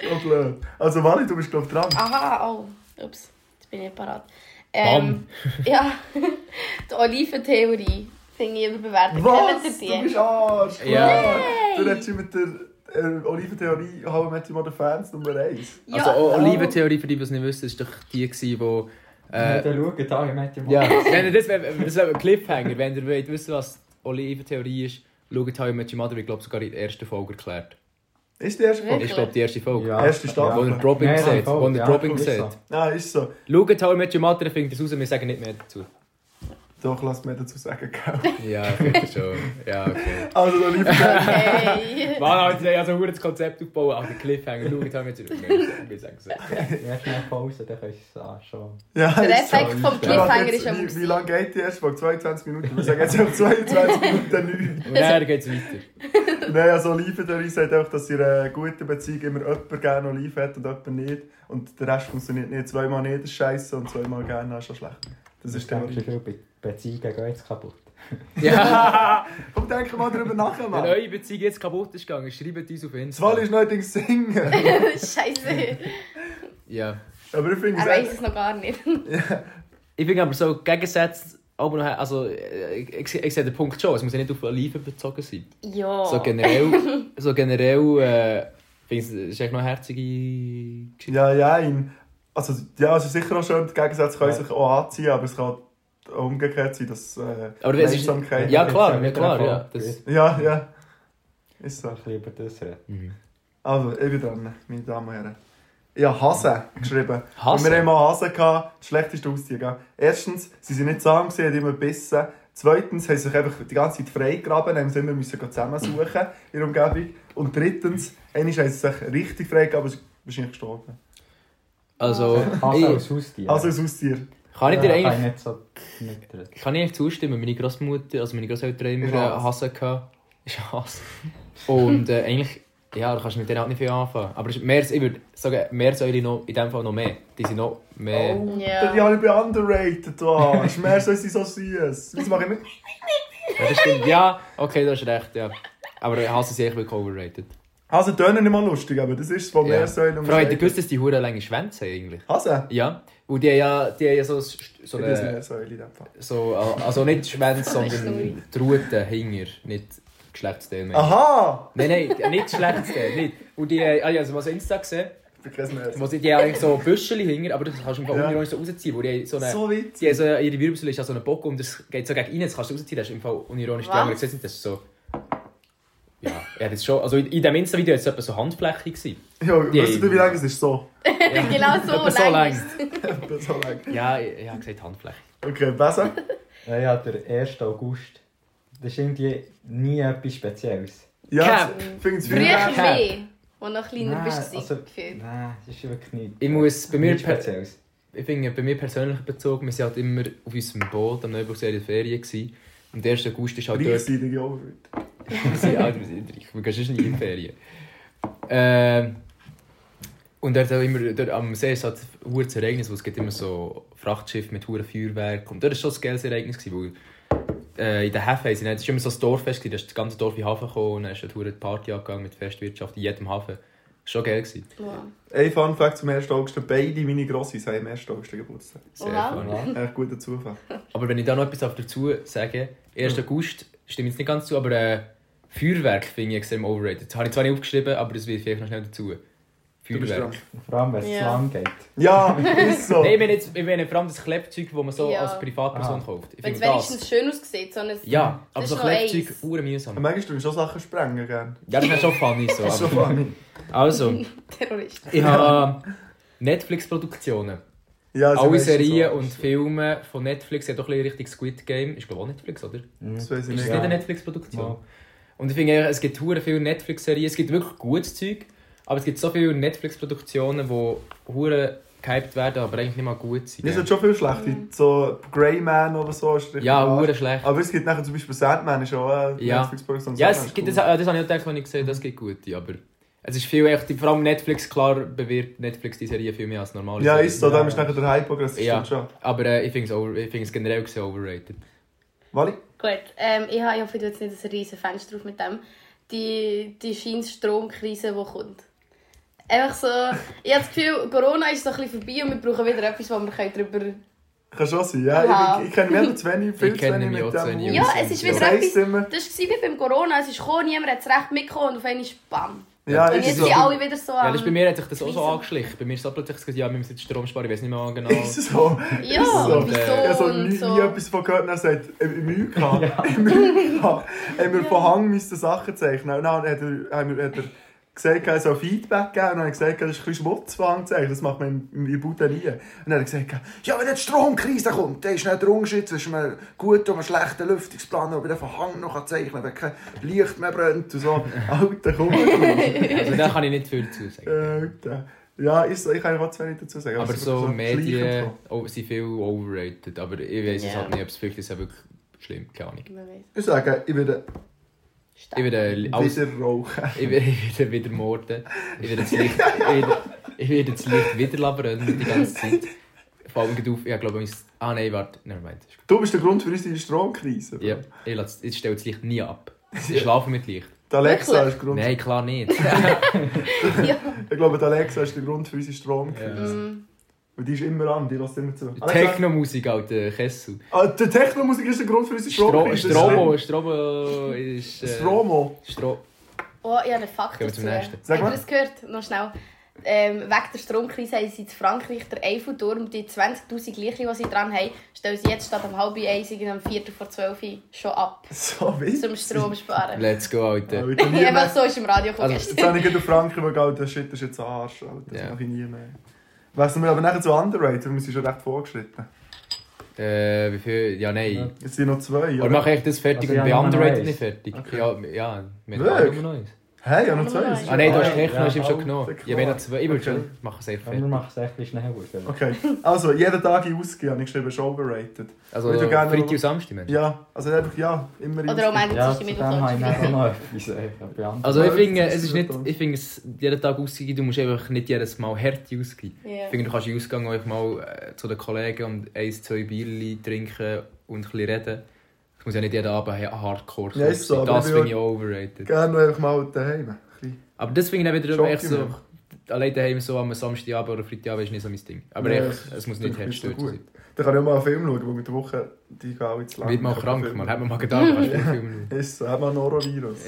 B: So blöd. Also, Wally, du bist, glaube ich, dran.
E: Aha, oh, ups, jetzt bin ich nicht parat. Ähm, ja, <laughs> die Oliventheorie finde ich überbewertet.
B: Was?
E: Kennt
B: Du
E: ihr die?
B: bist Arsch.
C: Ja.
B: klar. Du redest hier mit der äh, Oliventheorie «How I Met Your Mother» Fans Nummer 1.
E: Ja,
C: Also
E: oh.
C: o- Oliventheorie, für die, die es nicht wissen, ist doch die, gewesen, wo...
D: Äh,
C: Äh,
D: dann schauen, da, ich möchte mal.
C: ja, <laughs> wenn ihr das, wenn- das ist ein Cliffhanger, wenn ihr wollt wissen, was die Oliventheorie ist, schaut «How I Met Your Mother», ich glaube sogar in der ersten Folge erklärt.
B: Ist die erste Folge?
E: Wirklich?
C: Ist glaube die erste Folge.
D: Ja.
B: Erste
C: Wo
B: Staffel.
C: ihr Dropping
D: Nein,
C: seht, wo ihr
D: ja,
C: Dropping
D: ist
C: seht.
D: so.
B: Nein, ist so.
C: Schaut «How I Met Your Mother», ihr findet es raus, wir sagen nicht mehr dazu.
B: Doch, lass mir dazu sagen,
C: <laughs>
B: gell.
C: Ja, vielleicht schon. Ja, okay.
B: Also, die Oliventheorie.
C: <laughs>
E: Hey.
C: Man hat sich also ein gutes Konzept aufgebaut, aber den Cliffhanger, schaut «How I Met Your Mother», wir sagen es nicht.
D: Ja, schnell Pause, dann können sie es auch schon.
B: <laughs> Ja,
E: Der
B: ist so.
E: Effekt vom
B: Wir machen
E: Cliffhanger
B: jetzt-
E: ist ja
B: wie, wie lange geht die erste Folge? 22 Minuten. Wir sagen jetzt <laughs> auf 22 Minuten nichts.
C: Und dann geht es weiter.
B: <laughs> Nein, also Oliventheorie sagt auch, dass in einer guten Beziehung immer jemand gerne Oliven hat und jemand nicht. Und der Rest funktioniert nicht. Zweimal nicht ist scheiße und zweimal gerne ist schon schlecht. Das ist
D: Ich
B: die
C: <laughs>
D: denke, schon
B: Theorie.
D: viele Be- Beziehungen gehen jetzt kaputt.
C: Ja.
B: Komm, denk mal drüber nach,
C: Wenn
B: Mann.
C: eure Beziehung jetzt kaputt ist gegangen, schreibt uns auf
B: Das
C: Insta.
B: Wall ist neuerdings singen.
E: <laughs> Scheiße,
C: Ja.
B: Aber ich finde
E: er weiß
B: es
E: es noch gar nicht. <laughs>
C: Ich finde aber so Gegensätze, aber noch, also äh, ich, ich, ich sehe den Punkt schon, es muss ja nicht auf Oliven bezogen sein.
E: Ja.
C: So genau. generell, so generell äh, finde ich, es ist echt noch eine herzige Geschichte.
B: Ja, ja. in- Also, ja, es ist sicher auch schön, die Gegensätze können
D: Ja.
B: sich auch anziehen, aber es kann auch umgekehrt sein, dass äh,
C: Aber es ist-
B: Gemeinsamkeit-
C: Ja, klar,
D: Jetzt
C: ja, klar,
D: wieder
C: ja,
D: Erfolg.
C: das-
D: Jetzt
B: Ja, ja. Ist so.
D: soll ich lieber das reden.
B: Also, ich bin dran, meine Damen und Herren. Ich habe Hase geschrieben.
C: Hase?
B: Und wir haben mal Hase gehabt, das schlechteste Haustier. Gell? Erstens, sie sind nicht zahm, sie haben immer gebissen. Zweitens, haben sie sich einfach die ganze Zeit freigraben, haben sie immer müssen gehen zusammensuchen in der Umgebung. Und drittens, einmal haben sie sich richtig freigraben, aber sie sind wahrscheinlich gestorben.
C: Also, <laughs>
D: Hass
C: ich,
D: als Haustier.
B: Also, ein Haustier.
C: kann ich dir
D: Ah, Ja, kann
C: eigentlich,
D: ich nicht so mitreden.
C: kann ich eigentlich zustimmen, meine Großmutter, also meine Großeltern haben
B: Ist
C: immer
B: Hass.
C: äh, Hass gehabt. Ist Hass. Und äh, eigentlich, ja, da kannst du mit denen halt nicht viel anfangen. Aber es ist mehr, als- ich würde sagen, mehr Säule noch, in dem Fall noch mehr. Die sind noch mehr...
B: Oh,
E: Ja.
B: Die habe ich bei underrated. Oh, Schmerz, sie sind so süß. Das mache ich mit.
C: Ja, das stimmt. Ja, okay, du hast recht, ja. Aber ich hasse sie echt wirklich overrated.
B: Hase tönen nicht mal lustig, aber das ist es von
C: Ja.
B: mehr
C: Vor
B: Säulen.
C: allem, habt ihr gewusst, dass die Huren lange Schwänze haben eigentlich?
B: Hase?
C: Ja. Und die haben ja, die haben ja so, ein St- so
B: Ich bin
C: eine,
B: mehr Säule in dem Fall.
C: so, also nicht Schwänze,
E: Sorry.
C: sondern die Ruten hinger, nicht Geschlechtsteil
B: Ah.
C: mehr.
B: Aha!
C: Nein, nein, nicht Geschlechtsteil, nicht. Und die, ah ja, also was Insta gesehen,
B: Ich bin kein Schmerz.
C: wo sie, die haben eigentlich so Büscheli hinger, aber das kannst du im Fall
B: Ja.
C: ja. nicht so rausziehen, wo die haben so eine...
B: So witzig.
C: Die haben so, ihre Wirbelsäule ist ja so ein Bock und das geht so gegen innen, das kannst du rausziehen, das ist im Fall unironisch. Die
E: Was?
C: anderen sehen das ist so... Ja, er hat jetzt schon, also in, in diesem Insta-Video war es etwa so Handfläche. Gewesen.
B: Ja,
C: Ja,
B: weißt du, wie
C: ja.
B: lange es ist? So.
E: <laughs>
B: <laughs>
E: genau so,
C: Etwa so
E: lang.
C: lang.
B: Etwa so lang.
C: Ja, ich, ich habe gesagt Handfläche.
B: Okay, besser.
D: Ja, ja, der 1. August. Das ist irgendwie nie etwas Spezielles.
B: Ja,
C: Cap.
B: finde es viel.
E: Früher
B: wert.
D: Cap.
E: mehr, als noch kleiner
D: Nein,
E: bist.
D: also-
E: Also, gefühlt.
D: Nein, das ist wirklich nicht.
C: Ich muss bei mir
D: nichts
C: per-
D: Spezielles.
C: Ich finde, bei mir persönlich bezogen, wir waren halt immer auf unserem Boot am Neubauchsee in der Ferien. Gewesen. Und der 1. August ist halt dort.
B: Riesige Joghurt.
C: Wir <laughs> sind alt, wir sind reich, wir gehen sonst nie in die Ferien. Ähm, und dort auch immer, dort am See ist halt ein hohes Ereignis, wo es gibt immer so Frachtschiffe mit hohem Feuerwerk. Und dort war schon ein geiles Ereignis, gewesen, weil äh, in den Häfen, sind- es war immer so ein Dorffest, gewesen, da ist das ganze Dorf in den Hafen gekommen und dann ist eine hohe Party angegangen mit Festwirtschaft in jedem Hafen. Das war schon geil. Gewesen.
E: Wow.
B: Ein Fun Fact zum 1. August. Beide meine Grossis haben am 1.
C: <laughs>
B: August Geburtstag.
C: Sehr
E: Oha.
C: funny.
D: Ja.
B: Echt guter Zufall.
C: Aber wenn ich da noch etwas darf dazu sage, 1.
B: Hm.
C: August stimmt jetzt nicht ganz zu, aber äh, Feuerwerk finde ich extrem overrated. Das habe ich zwar nicht aufgeschrieben, aber das will ich vielleicht noch schnell dazu.
B: Du bist
C: Feuerwerk.
D: Vor allem, wenn es
E: Ja.
D: zu lang geht.
B: Ja, ist
C: <laughs>
B: so.
C: Nein, ich meine, jetzt, ich meine vor allem das Klebzeug, das man so
E: Ja.
C: als Privatperson
D: Ah.
C: kauft. Ich
E: Wenn es
C: finde das.
E: wenigstens schön aussieht, so ein...
C: Ja, aber
E: ist
C: so
E: noch
C: Klebzeug,
E: eins.
C: hure mühsam.
B: Manchmal tun wir schon Sachen sprengen. Gell?
C: Ja, das ist schon funny so.
B: Ist so
C: Aber.
B: funny.
C: Also,
E: Terrorist.
B: <laughs>
C: ich habe Netflix-Produktionen.
B: Ja, sie
C: Alle
B: meistens
C: Serien
B: Also, so.
C: und Filme von Netflix, ja doch ein bisschen richtig Squid Game. Ist glaube ich auch Netflix, oder?
D: Hm.
B: Das weiss ich
C: Ist
B: nicht.
C: es
D: Ja.
C: nicht eine Netflix-Produktion?
D: Ja.
C: Und ich finde, es gibt hure viele Netflix-Serien, es gibt wirklich gutes Zeug, aber es gibt so viele Netflix-Produktionen, die hure gehypt werden, aber eigentlich nicht mal gut sind.
B: Es hat schon viel schlechte. So Grey Man oder so ist richtig
C: Mhm. ja,
B: krass.
C: hure schlecht.
B: Aber es gibt nachher zum Beispiel Sandman, ist auch eine
C: Ja.
B: Netflix-Produktion.
C: Ja,
B: Sandman
C: es
B: ist
C: gibt,
B: cool.
C: das, äh, das habe ich auch gedacht, als ich gesehen habe, das gibt gute, aber es ist viel echt, vor allem Netflix, klar bewirbt Netflix die Serie viel mehr als normale
B: Ja,
C: Serie.
B: ist so. Dann
D: Ja.
B: ist nachher der Hype, aber das
C: Ja.
B: stimmt schon.
C: Aber äh, ich finde es over- ich finde es generell gesehen overrated.
B: Wally?
E: Gut, ähm, ich, ha- ich hoffe, du hast nicht ein riesen Fenster auf mit dem. Die, die scheint Stromkrise, die kommt. Einfach so... Ich habe das Gefühl, Corona ist so ein bisschen vorbei und wir brauchen wieder etwas, wo wir können drüber...
B: Kann schon sein, ja.
E: Aha.
B: Ich, bin- ich kenne mich auch zu wenig, viel
C: Ich
B: zu
C: kenne
B: wenig
C: mich
B: mit
C: auch zu wenig
B: dem.
E: Ja,
C: aus.
E: es ist
C: Ja.
E: wieder
B: Das heisst
E: etwas...
B: immer,
E: Das war wie beim Corona, es ist gekommen, niemand hat es recht mitgekommen und auf einmal bam.
B: ja,
E: Und
B: Ah, ist
E: jetzt
B: so.
E: sind alle wieder so
C: Ja, das ist bei
E: am-
C: mir hat sich das auch so
E: Krise.
C: angeschlichen. Bei mir ist es so plötzlich gesagt, ja, wir müssen jetzt Strom sparen, ich weiß nicht mehr
B: <laughs>
C: genau.
B: Ist so.
E: Ja,
B: ist so.
E: und
B: Ich habe
E: wieso
B: so
E: und
B: nie,
E: so.
B: nie etwas von gehört, und er sagt, "Äh, im Mühe <laughs> Im Mühe haben wir von Hang müssen Sachen zeichnen. Und dann hat er, haben wir- hat er gesagt, er soll Feedback geben. Und dann habe ich gesagt, das ist ein bisschen Schmutz von Hang zeichnen. Das macht man im, im Bude nie. Und dann hat er gesagt, ja, wenn jetzt die Stromkrise kommt, dann ist nicht der Unterschied zwischen einem guten und einem schlechten Lüftungsplan, ob ich den von Hang noch zeichnen kann, wenn kein Licht mehr brennt
C: <laughs>
B: und so. Alter, komm mal.
C: Also da kann ich nicht viel dazu sagen.
B: Alter. Ja, ist so, ich kann auch zu wenig dazu sagen.
C: Aber
B: es ist
C: so
B: schleichend
C: Medien
B: gekommen.
C: oh, sind viel overrated. Aber ich weiß es
E: Ja.
C: halt nicht, ob es wirklich ist, aber wirklich schlimm, keine Ahnung.
E: Man weiss.
B: Ich sage, ich würde
C: Ich werde,
B: <laughs>
C: alles,
B: wieder rauchen.
C: ich werde, ich werde wieder morden. Ich werde das Licht, ich werde, ich werde das Licht wieder labern die ganze Zeit. Vor allem geht auf, ich glaube, mein... Ah nein, warte, nevermind. ist gut.
B: Du bist der Grund für unsere Stromkrise.
C: Ja, ich, lasse, ich stelle das Licht nie ab. Ich schlafe mit Licht.
B: Die Alexa
E: Wirklich?
B: ist Grund.
C: Nein, klar nicht.
B: Ich glaube, die Alexa ist der Grund für unsere Stromkrise.
E: Mm.
B: Und die ist immer an, die lässt immer zu. Alexa,
C: Techno-Musik, Alter, Kessel.
B: ah, die Techno-Musik ist der Grund für unsere
C: Stro
B: Stromkrise. das ist
C: Strobo, Strobo ist...
B: schlimm.
C: Äh,
B: Stromo. <laughs>
C: Stro
E: Oh, ich habe einen Fakt
C: Gehen wir
E: dazu.
C: zum
E: Habt
C: nächsten.
B: Sag
E: ihr
B: mal.
E: das gehört? Noch schnell. Ähm, wegen der Stromkrise haben sie in Frankreich den Eiffelturm, die 20'000 Leichen, die sie dran haben, stellen sie jetzt statt um halb eins, irgendwie um viertel vor zwölf Uhr schon ab,
B: So witzig.
E: zum
C: <laughs>
E: Strom sparen.
C: Let's go, Alter.
B: Alter, nie mehr.
E: Einfach so ist im Radio gekommen
C: Also-
B: Jetzt habe ich gerade Franken geschaut, der Shit ist jetzt ein Arsch. Alter. Das
C: Ja.
B: mache ich nie mehr. Weißt wir aber nachher zu Underrated, weil wir sind schon recht vorgeschritten.
C: Äh, wie viel? Ja, nein.
B: Jetzt sind noch zwei.
C: Oder mache ich das fertig
D: Also,
C: und bin
D: ja, Nummer
C: Underrated
D: eins.
C: nicht fertig?
B: Okay.
C: Ja, ja, wir haben
B: Wirklich?
C: auch nur noch eins.
B: Hey, ja, noch zwei.
E: Ah,
B: das ist
C: Ah nein, du hast
D: Ja,
C: Techno,
D: ja,
C: ist ihm schon
D: auch.
C: genommen.
B: Sehr
C: Ja, wir haben noch zwei. Ich würde
B: Okay.
C: schon machen safe
D: Aber wir
C: fertig.
D: machen es echt ein bisschen schneller. gell?
B: Okay, also jeden Tag in Ausgehen habe ich geschrieben, ist overrated.
C: Also
B: Ich würde gerne-
C: Freitag und Samstag, meinst du?
B: Ja, also einfach ja, immer
E: Oder am
B: Ausgehen.
E: Ende
D: Ja,
E: ist
D: zu
E: die
D: dem habe ich
E: Mittwoch.
D: dann auch noch etwas. äh, bei anderen.
C: Also ich
B: Ja,
C: finde,
B: das
C: es ist
B: ist
C: nicht,
B: super.
C: ich finde es jeden Tag ausgehen, du musst einfach nicht jedes Mal hart ausgehen.
E: Ja.
C: Ich finde, du kannst in den Ausgang auch einfach mal äh, zu den Kollegen und ein, zwei Bierli trinken und ein bisschen reden. Es muss ja nicht jeden Abend hey, hardcore
B: Ja, ist so,
C: sein.
B: aber
C: Das
B: ich
C: finde
B: will-
C: ich overrated.
B: Gerne noch einfach mal daheim. Ein bisschen.
C: Aber das finde ich dann wieder
B: Schocki
C: echt so...
B: machen.
C: Allein daheim so am Samstagabend oder Freitagabend ist nicht so mein Ding. Aber
B: Ja,
C: echt, es muss nicht
B: das
C: hart
B: ist doch
C: stört
B: gut.
C: sein.
B: Dann kann ich auch mal einen Film schauen, wo mit der Woche die gehen alle zu lang.
C: Wird mal
B: Ich
C: krank,
B: kann
C: man.
B: Film-
C: Hat man mal gedacht, kannst du viel
B: <laughs>
C: Film Also, schauen.
B: Ist so, hat
C: <laughs>
B: man Norovirus.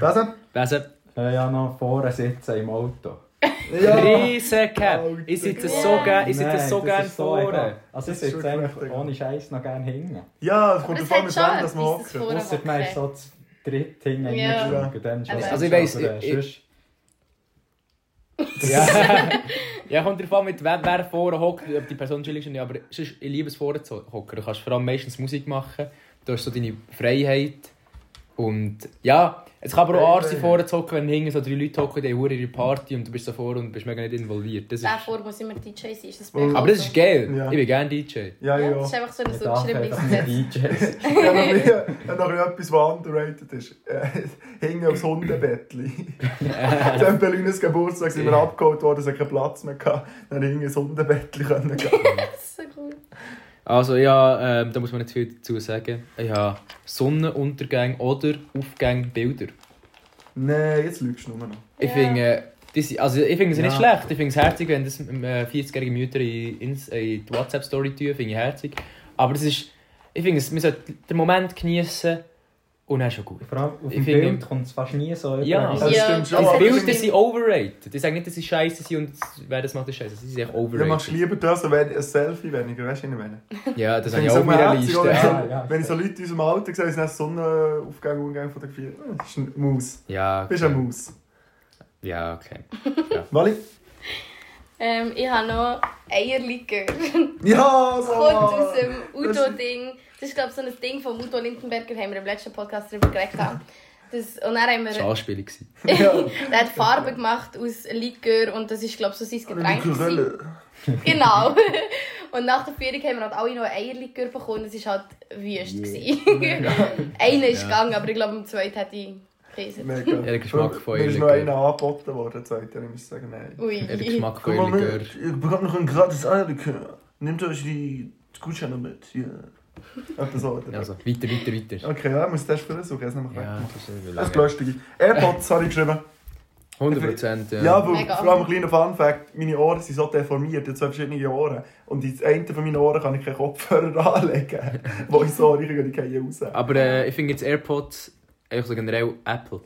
B: Besser?
C: Besen,
D: Äh, ja, noch vorne sitzen im Auto.
C: riesen Cap. Ich sitze so gerne, ich sitze
D: Neitje,
C: so
D: het
C: gerne
D: is zo egal.
C: vorne.
D: Also ich
B: Das ist
D: sitze
B: schon
D: eigentlich
B: gerecht,
D: ohne Scheiß noch gerne hinten.
B: Ja, es kommt
E: Aber es
B: davon
E: hat
B: mit
E: schon
B: dem, dass man
E: etwas, das
B: hockt.
E: vorne
D: Ausser man ist so zu dritt hing
E: Ja.
D: eingeschlagen. Dann schon.
E: Also
C: ich weiss,
D: Aber, äh,
C: ich-
D: sonst-
C: Ja, ja kommt drauf an, mit wer, wer vorne hockt, ob die Person chillig ist oder nicht. Aber sonst, ich liebe es vorne zu hocken. Du kannst vor allem meistens Musik machen. Du hast so deine Freiheit. Und ja, es kann aber auch arg sein, vorne zu hocken, wenn hinten so drei Leute hocken, die haben ihre Party und du bist so vorne und bist mega nicht involviert. Das ist,
E: Der vor muss immer DJ sein, ist das
B: Mhm.
C: aber das ist geil.
B: Ja.
C: Ich bin gerne DJ.
B: Ja,
E: Ja,
B: ja.
E: das ist einfach so ein
D: Ich darf einfach nicht <laughs> DJs.
E: Unterschreibungsgesetz.
B: Ich habe noch, nie- hab noch nie etwas, was underrated ist. <laughs> Äh, Hingen
C: <laughs>
B: aufs Hundebettli. Dann bei Lunas Geburtstag sind wir
C: Ja.
B: abgeholt worden, es hat keinen Platz mehr gehabt. Dann hingen ins Hundebettli
C: <laughs>
B: können gehen.
E: Das ist so cool.
C: Also ja, ähm, da muss man nicht viel dazu sagen. Ich habe Sonnenuntergänge oder Aufgänge Bilder.
B: Nein, jetzt lügst du nur noch.
C: Ich
E: Ja.
C: finde, die sind- also ich finde es nicht
D: Ja.
C: schlecht. Ich finde es herzig, wenn das äh, 40-jährige Mütter in, ins- in die WhatsApp-Story tun, finde ich herzig. Aber es ist, ich finde, es- man sollte den Moment genießen und dann ist schon gut.
D: Vor allem auf
C: Ich
D: dem
C: finde-
D: Bild kommt es fast nie so über.
C: Ja.
B: Das
E: Ja,
B: stimmt schon.
E: das
B: aber
E: hat-
B: das
C: Bilder
B: stimmt.
C: sind overrated. Ich sage nicht, dass sie scheiße sind und wer das macht, ist scheiße. Sie sind echt
B: Du machst
C: overrated.
B: lieber das, als wenn- ein Selfie weniger, weißt du, was ich meine?
C: Ja, das habe ich
B: Find's
C: auch auf meiner
B: herzig,
C: Liste.
B: oder?
C: Ja.
D: Ja, ja,
B: Wenn ich so Leute in unserem Alter sehe, sind es Sonnenaufgang, Umgang von der Gefeier. Das ist ein Maus.
C: Ja,
B: Du bist eine Maus.
C: ja, okay.
B: Molly?
E: Ähm, ich habe noch Eierlikör.
B: Ja, so!
E: Kommt aus dem Udo-Ding. Das ist, glaube ich, so ein Ding von Udo Lindenberger, haben wir im letzten Podcast darüber geredet. gehabt. Das, und dann haben wir...
C: Das war eine Anspielung. gewesen.
E: Der hat Farbe gemacht aus Likör und das ist, glaube ich, so sein Getränk. gewesen.
B: Likorelle.
E: Genau. <laughs> Und nach der Führung haben wir halt alle noch einen Eierlikör bekommen. Das war halt wüst. Yeah. <laughs> Einer ist gegangen, aber ich glaube, am zweiten hätte ich gegessen.
B: Mega.
C: Ja, der Geschmack von
B: Mir ist
C: Eierlikör.
B: noch einer angeboten worden, zweiter, ich muss sagen, nein.
E: Ui.
C: Der Geschmack von
B: Komm mal
C: Eierlikör.
B: mit, ihr bekommt noch ein gratis Eierlikör. Nehmt euch die Gutscheine mit. Hier. Etwas so. oder?
C: Also, weiter, weiter, weiter.
B: Okay, ja, ich muss das versuchen, jetzt nämlich
C: Ja,
B: weg.
C: das ist irgendwie
B: Das ist
C: lange.
B: lustig. AirPods habe ich geschrieben.
C: 100%.
B: Ja,
C: Ja.
B: weil,
E: Mega.
B: vor allem ein kleiner Funfact, meine Ohren sind so deformiert, ich habe zwei verschiedene Ohren. Und in das eine von meinen Ohren kann ich keinen Kopfhörer <laughs> anlegen, wo ich so richtig die Kette raus.
C: Aber äh, ich finde jetzt AirPods, ich so generell Apple.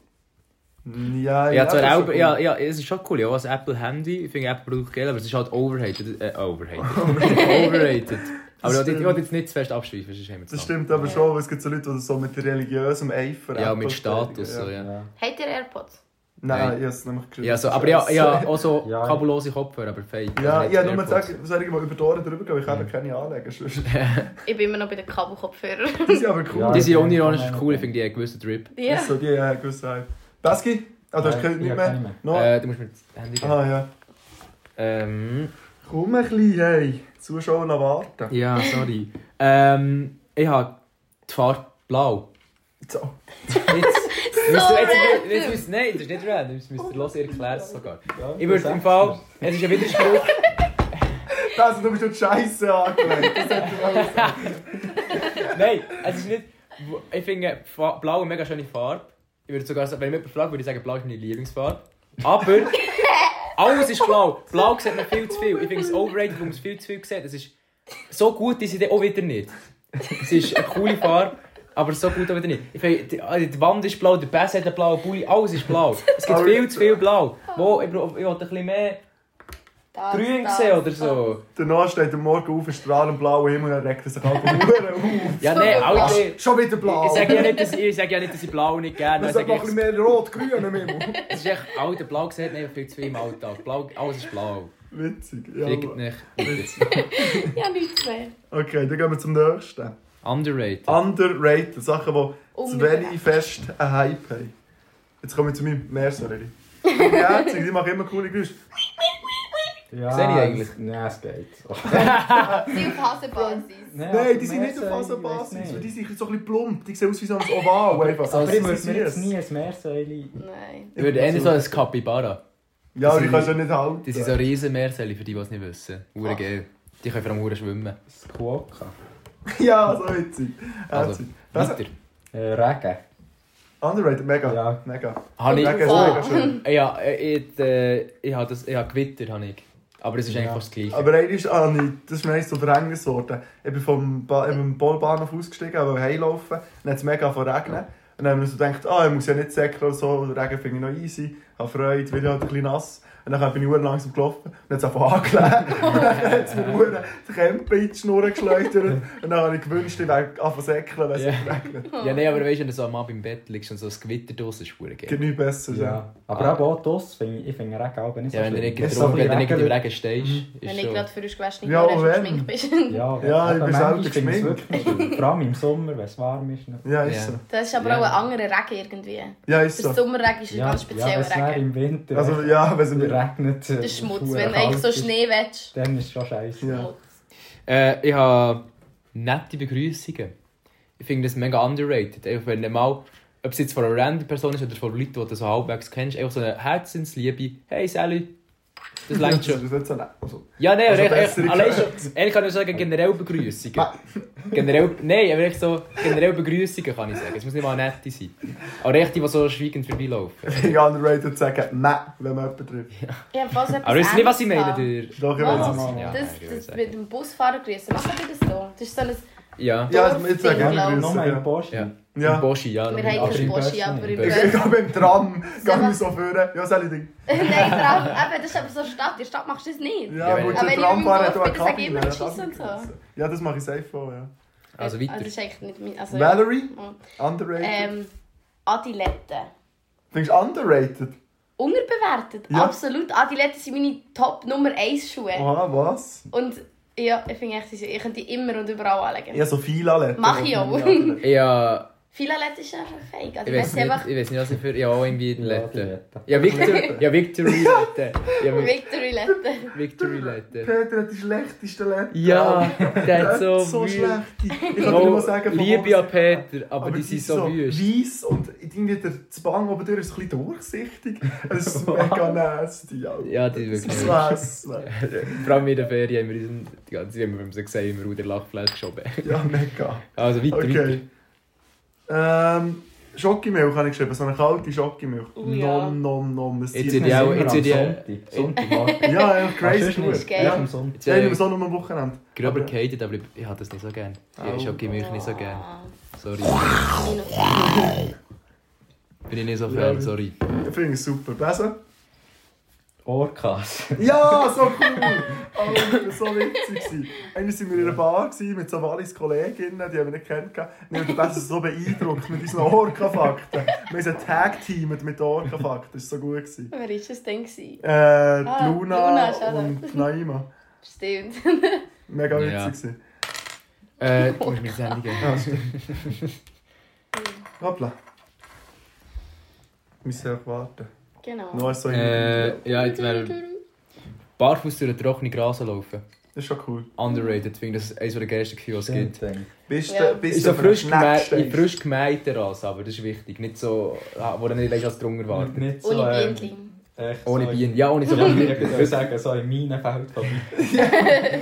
B: Ja,
C: Ja, zwar
B: das ist
C: auch,
B: so cool.
C: ja, ja, es ist schon cool, ja, als Apple-Handy. Ich finde Apple-Produkte geil, aber es ist halt overrated. Äh,
B: <laughs>
C: overrated. overrated. Aber ich wollte-
B: Das
C: ich
B: stimmt.
C: wollte jetzt nicht zu fest abschweifen, sonst haben wir
B: Das
C: zu
B: stimmt aber schon, weil es gibt so Leute, die das so mit religiösem Eifer
C: Ja, mit
B: Apple-
C: Status, so, ja.
D: Ja.
E: Habt ihr AirPods?
B: Nein,
C: Nein.
B: ich habe es nämlich geschrieben.
C: Ja, so, aber ja, <laughs>
B: <laughs>
C: ja, auch so
D: Ja.
C: kabellose Kopfhörer, aber fake.
B: Ja,
C: also
B: ich habe
C: nicht
B: nur gesagt,
C: AirPods.
B: ich soll irgendwo über die Ohren drüber gehen, ich kann keine
C: <laughs>
B: anlegen. sonst- <laughs>
E: Ich bin immer noch bei den Kabelkopfhörern.
B: Die sind aber cool.
D: Ja.
C: Die sind unironisch cool, ich finde die haben einen gewissen Drip.
E: <laughs> Ja.
B: So, die haben einen gewissen Hype. Baski? Ah, du hast
D: Nein,
B: keinen
D: ich
B: nicht
D: hab
B: mehr?
D: keine mehr.
B: No?
C: Äh, du musst mir das Handy geben.
B: Ah, ja.
C: Ähm,
B: Komm ein bisschen, hey. Die Zuschauer noch warten.
C: ja, sorry. ähm, ich habe die Farbe blau.
B: So.
C: Jetzt, jetzt,
E: random.
C: jetzt, jetzt, müsst- nein, das ist nicht random, das müsst ihr hören, ihr erklärt es sogar. Ich würde im Fall, es ist ein Widerspruch,
B: Das, du bist schon scheiße angelegt. Das hätte ich auch gesagt.
C: Nein, es ist nicht. Ich finde eh, Fa- Blau eine mega schöne Farbe. Ich würde sogar sagen, wenn ich jemand fragt, würde ich sagen, Blau ist meine Lieblingsfarbe. Aber alles ist blau. Blau sieht man viel zu viel. Ich finde es overrated, weil man es viel zu viel sieht. Es ist so gut, ist sie dann auch wieder nicht. Es ist eine coole Farbe. Aber so gut auch wieder nicht. Ich finde, die, die ah, Wand ist blau, der Bass hat einen blauen Pulli, alles ist blau. Es gibt viel zu viel blau. Wo, ich brauche ich will ein bisschen mehr
E: Das,
C: grün
E: das,
C: sehen oder
E: das.
C: so.
B: Danach steht am Morgen auf, ein strahlend blauer Himmel und regt er sich halt um. Huren auf.
C: Ja, nein, alle.
B: Schon wieder
C: Ich
B: blau.
C: sage ja nicht, dass ich, ich, sag ja nicht, dass ich blau nicht gerne.
B: Wir
C: Ich
B: sollten
C: sag
B: noch ein
C: einfach-
B: bisschen mehr rot-grün am Himmel.
C: Es ist echt alt, der Blau sieht nicht viel zu viel im Alltag. Blau, alles ist blau.
B: Witzig. Ja,
C: Kriegt nicht.
E: <laughs> Ja, nichts mehr.
B: okay, dann gehen wir zum nächsten.
C: Underrated.
B: Ah, Underrated. Sachen, die zu
E: Underrated.
B: wenig fest einen Hype haben. Jetzt kommen wir zu meinem Meersäuerli. Ja, die machen immer coole Geräusche.
D: Ja,
C: Sehe ich eigentlich?
D: es- Nein, es geht. so.
E: Sie auf Hasenbasis.
B: Nein, die sind nicht auf
D: Ich weiß
B: Faserbasis. weil Die
D: nicht.
B: sind so ein bisschen plump. Die sehen aus wie so ein Oval. Einfach.
D: Aber ich
B: Also,
D: würde
B: sie
D: mir jetzt
B: sind
D: nie
B: süß.
D: ein Meersäule...
E: Nein.
C: Ich würde eher so ein Capybara.
B: Ja, aber die
C: sind-
B: kannst du ja nicht halten.
C: Das sind so riesen Meersäule, für die, die es nicht wissen. Hure geil. Die können vor allem Hure schwimmen.
D: Squawka.
B: Ja, so witzig.
C: Also,
B: Herzig. Das-
C: weiter.
D: Äh, Regen.
B: Underrated, mega.
D: Ja.
B: Mega.
C: Habe ich...
B: Mega ist
E: Wow.
B: mega <laughs> schön.
C: Ja, äh, ich, äh, ich habe das... Ich habe Gewitter, habe ich. Aber es ist eigentlich
D: Ja.
C: fast das Gleiche.
B: Aber einer ist, ah, nicht, das ist mir eines so der Engelsorte. Ich bin vom ba ich bin vom Ballbahnhof ausgestiegen, aber heimlaufen. Dann hat es mega von Regnen. Und dann haben wir so gedacht, ah, ich muss ja nicht säckeln oder so, Regen finde ich noch easy. habe Freude, weil ich halt ein bisschen nass. Und dann bin ich verdammt langsam gelaufen und dann hat es einfach <laughs> angelegt. Und dann hat es mir verdammt die Kämpfe in die Schnur geschleudert. Und dann habe ich gewünscht, ich wäre einfach säckeln, wenn es
C: Ja.
B: regnet.
C: Ja, nein, aber weißt du, wenn du so am Abend im Bett liegst und so das Gewitter draussen ist, verdammt geil.
B: Geht nicht besser. Ja.
D: Ja. Aber
C: Ah.
D: eben auch das finde ich, ich finde Regen auch nicht so
C: Ja, wenn du
D: schlimm.
C: nicht
D: Es ist
C: getrunken,
D: so ein
C: wenn du nicht
D: bisschen
C: im Regen stehst,
E: Wenn
C: ist
E: ich
C: schon...
E: gerade für den Geschwätz nicht
B: Ja,
E: mehr
B: wenn.
E: geschminkt bist. <laughs>
D: Ja,
B: Ja, ich
D: eben,
B: bin selber
D: manchmal finde ich es
B: geschminkt.
D: wirklich schlimm. Vor allem im Sommer, wenn es warm ist. Dann.
B: Ja, ist
C: Ja.
B: so.
E: Das ist aber
C: Ja.
E: auch ein anderer Regen irgendwie.
B: Ja, ist
E: Der
B: so.
E: Sommerregen ist ein ganz
D: ja,
E: spezieller
D: wenn's dann
E: Regen.
D: im Winter
B: Also, ja, wenn es mir.
D: regnet. äh,
E: Der Schmutz, wenn du eigentlich so Schnee willst.
D: Dann ist es schon scheiße.
B: Ja.
E: Schmutz.
C: Äh, ich habe nette Begrüßungen. Ich finde das mega underrated. Einfach wenn du mal, ob es jetzt von einer random Person ist oder von Leuten, die du so halbwegs kennst, einfach so eine Herzensliebe. Hey Sally, das langt schon.
B: <laughs> Das ist nicht so nett. Also,
C: Ja, nein,
B: Also
C: aber also
B: bessere
C: allein
B: Grüße.
C: schon, ehrlich kann ich sagen, generell Begrüßungen. generell, nein, aber echt so, generell Begrüßungen kann ich sagen. Es muss nicht mal eine nette sein. Aber echt die, die so schweigend vorbeilaufen.
B: ich bin underrated zu sagen, nein, wenn man jemanden trifft.
E: Ich habe fast etwas
C: Aber wisst ihr nicht, was ich
E: Ähnliches
C: meine?
E: gehabt.
C: Der...
B: Doch, ich
E: Was?
B: weiß es.
D: Ja,
C: ja,
E: Das,
C: ich
E: das
C: weiß
E: mit dem Busfahrer grüßen. Machen wir das so? Das ist so ein
C: Ja,
B: Ja, also, jetzt sage ich
E: Dorfding,
B: gerne
E: glaub
B: Grüße.
D: Nochmal
B: Ja.
D: im Post.
C: ja.
B: Ja.
C: Im Boschi, ja.
E: Wir
C: noch
E: haben
C: im
E: keinen
C: Boschi.
E: Boschi, aber im
C: Bösen. <laughs>
B: Ich
E: Bösen.
B: gehe beim Tram, gehe mich so führen. Ja, soll ich dich?
E: Nein, Tram. Eben, das ist aber so eine Stadt. In der Stadt machst du das nicht.
B: Ja,
C: wenn
B: wo
C: ich-
B: ich zum
E: Aber wenn
B: Tram
E: ich
B: fahre,
E: im
B: hat auch
E: Dorf bin, sage
B: Kaffee.
E: ich immer
B: Ja,
E: Tschüss und so.
B: Kaffee. Ja, das mache ich safe auch, ja.
C: Also
E: Also,
C: weiter.
E: das ist eigentlich nicht mein... Also,
B: Valerie,
E: ja.
B: underrated.
E: Ähm, Adilette.
B: Findest du underrated?
E: Unterbewertet.
B: Ja. Oh.
E: Absolut. Adilette sind meine Top Nummer 1 Schuhe.
B: Oha, was?
E: Und ja, ich finde echt, sie sind- ich könnte die immer und überall anlegen.
B: Ich habe so viele Aletten.
E: Mach ich auch.
C: Ja,
E: Viele Adilette ist einfach fake. Also,
C: ich
E: ich
C: weiß
E: weiss einfach...
C: nicht, ich weiß nicht, was ich für... Ja, auch irgendwie
D: Ja, die
C: Lette.
D: Lette.
C: Ja, Victor, ja, Victory Lette. Ja, Vi-
E: Victory Lette.
C: Victory Lette.
B: Peter hat die schlechteste Letten.
C: Ja, der
B: Der
C: hat so...
B: so
C: wüst.
B: schlechte. Ich kann dir
C: Oh,
B: nur sagen, von wo
C: Liebe
B: das-
C: an Peter, aber, die sind so wüst.
B: weiss und irgendwie der Zwang oben durch ist ein bisschen durchsichtig.
C: <laughs>
B: Es ist mega nasty. Alter.
C: Ja, die
B: Das
C: wirklich.
B: ist was. was.
C: <laughs> Vor allem in der Ferien haben wir diesen, die ganze Zeit, haben wir so gesehen, haben wir auch den Lachfleisch geschoben. <laughs>
B: Ja, mega.
C: Also weiter, weiter.
B: Okay. Ähm, Schokimilch habe ich geschrieben, so eine kalte Schokimilch.
E: Oh ja.
B: Nom, nom, nom. Es
C: Jetzt
B: zieht
C: sind
B: mich
C: die auch... Jetzt
B: immer an.
C: sind die...
D: Sonntag. Sonntagmorgen.
C: <laughs>
B: Ja, ja, crazy
D: Sonst
B: gut.
D: nicht.
E: geil.
D: Ja,
B: Ja,
D: am Sonntag.
C: Jetzt
B: ja ich nehme
C: sind
B: es auch nur am Wochenende.
C: die gröber
B: Aber-
C: gehatet, aber ich, ich hatte das nicht so gern.
B: Au.
C: Ich schocke mich nicht so gern.
E: Ah,
C: Sorry.
E: Minus.
C: Bin ich nicht so
B: Ja,
C: Fan,
B: wir-
C: sorry.
B: Ich finde es super. Besen?
D: Oh, Orcas.
B: Ja, so cool! Alter, so witzig gewesen. Einmal waren wir in einer Bar gewesen, mit so Wallis Kolleginnen, die haben wir nicht kennengelernt. Und ich habe so beeindruckt mit unseren Orca-Fakten. Wir sind tag-teamet mit Orca-Fakten, das war so gut. Gewesen.
E: Wer war das denn? gewesen?
B: Äh, ah,
E: Luna,
B: Luna,
E: schade.
B: und Naima.
E: <laughs> Stimmt.
B: Mega witzig
C: Ja.
B: gewesen.
E: <laughs>
C: Äh, du musst mir das Handy geben.
B: Ja, stimmt. Hoppla. Müssen wir warten.
E: Genau.
B: Noch so in
C: Äh, ja, jetzt wäre barfuß durch den trockenen Grasen laufen.
B: Das ist schon cool.
C: Underrated, finde ich, das ist eines der geilsten Gefühle, die es gibt.
D: Sonntag.
B: Bist
E: Ja.
B: du bist
C: Ist so
B: du auf einer
C: frisch, gemä
B: Schneckste-
C: in frisch gemähte Rasen, aber das ist wichtig. Nicht so, ah, wo du nicht weißt, was drunter
B: <laughs>
C: wartet.
D: Nicht so,
E: Ohne
D: ähm, <laughs>
E: Bienen.
D: echt
C: Ohne
D: so-
C: Bienen. Ja,
D: <laughs>
C: ohne so
D: Ja, Ich würde
C: Bienen.
D: sagen, so in meinem Feld vorbei.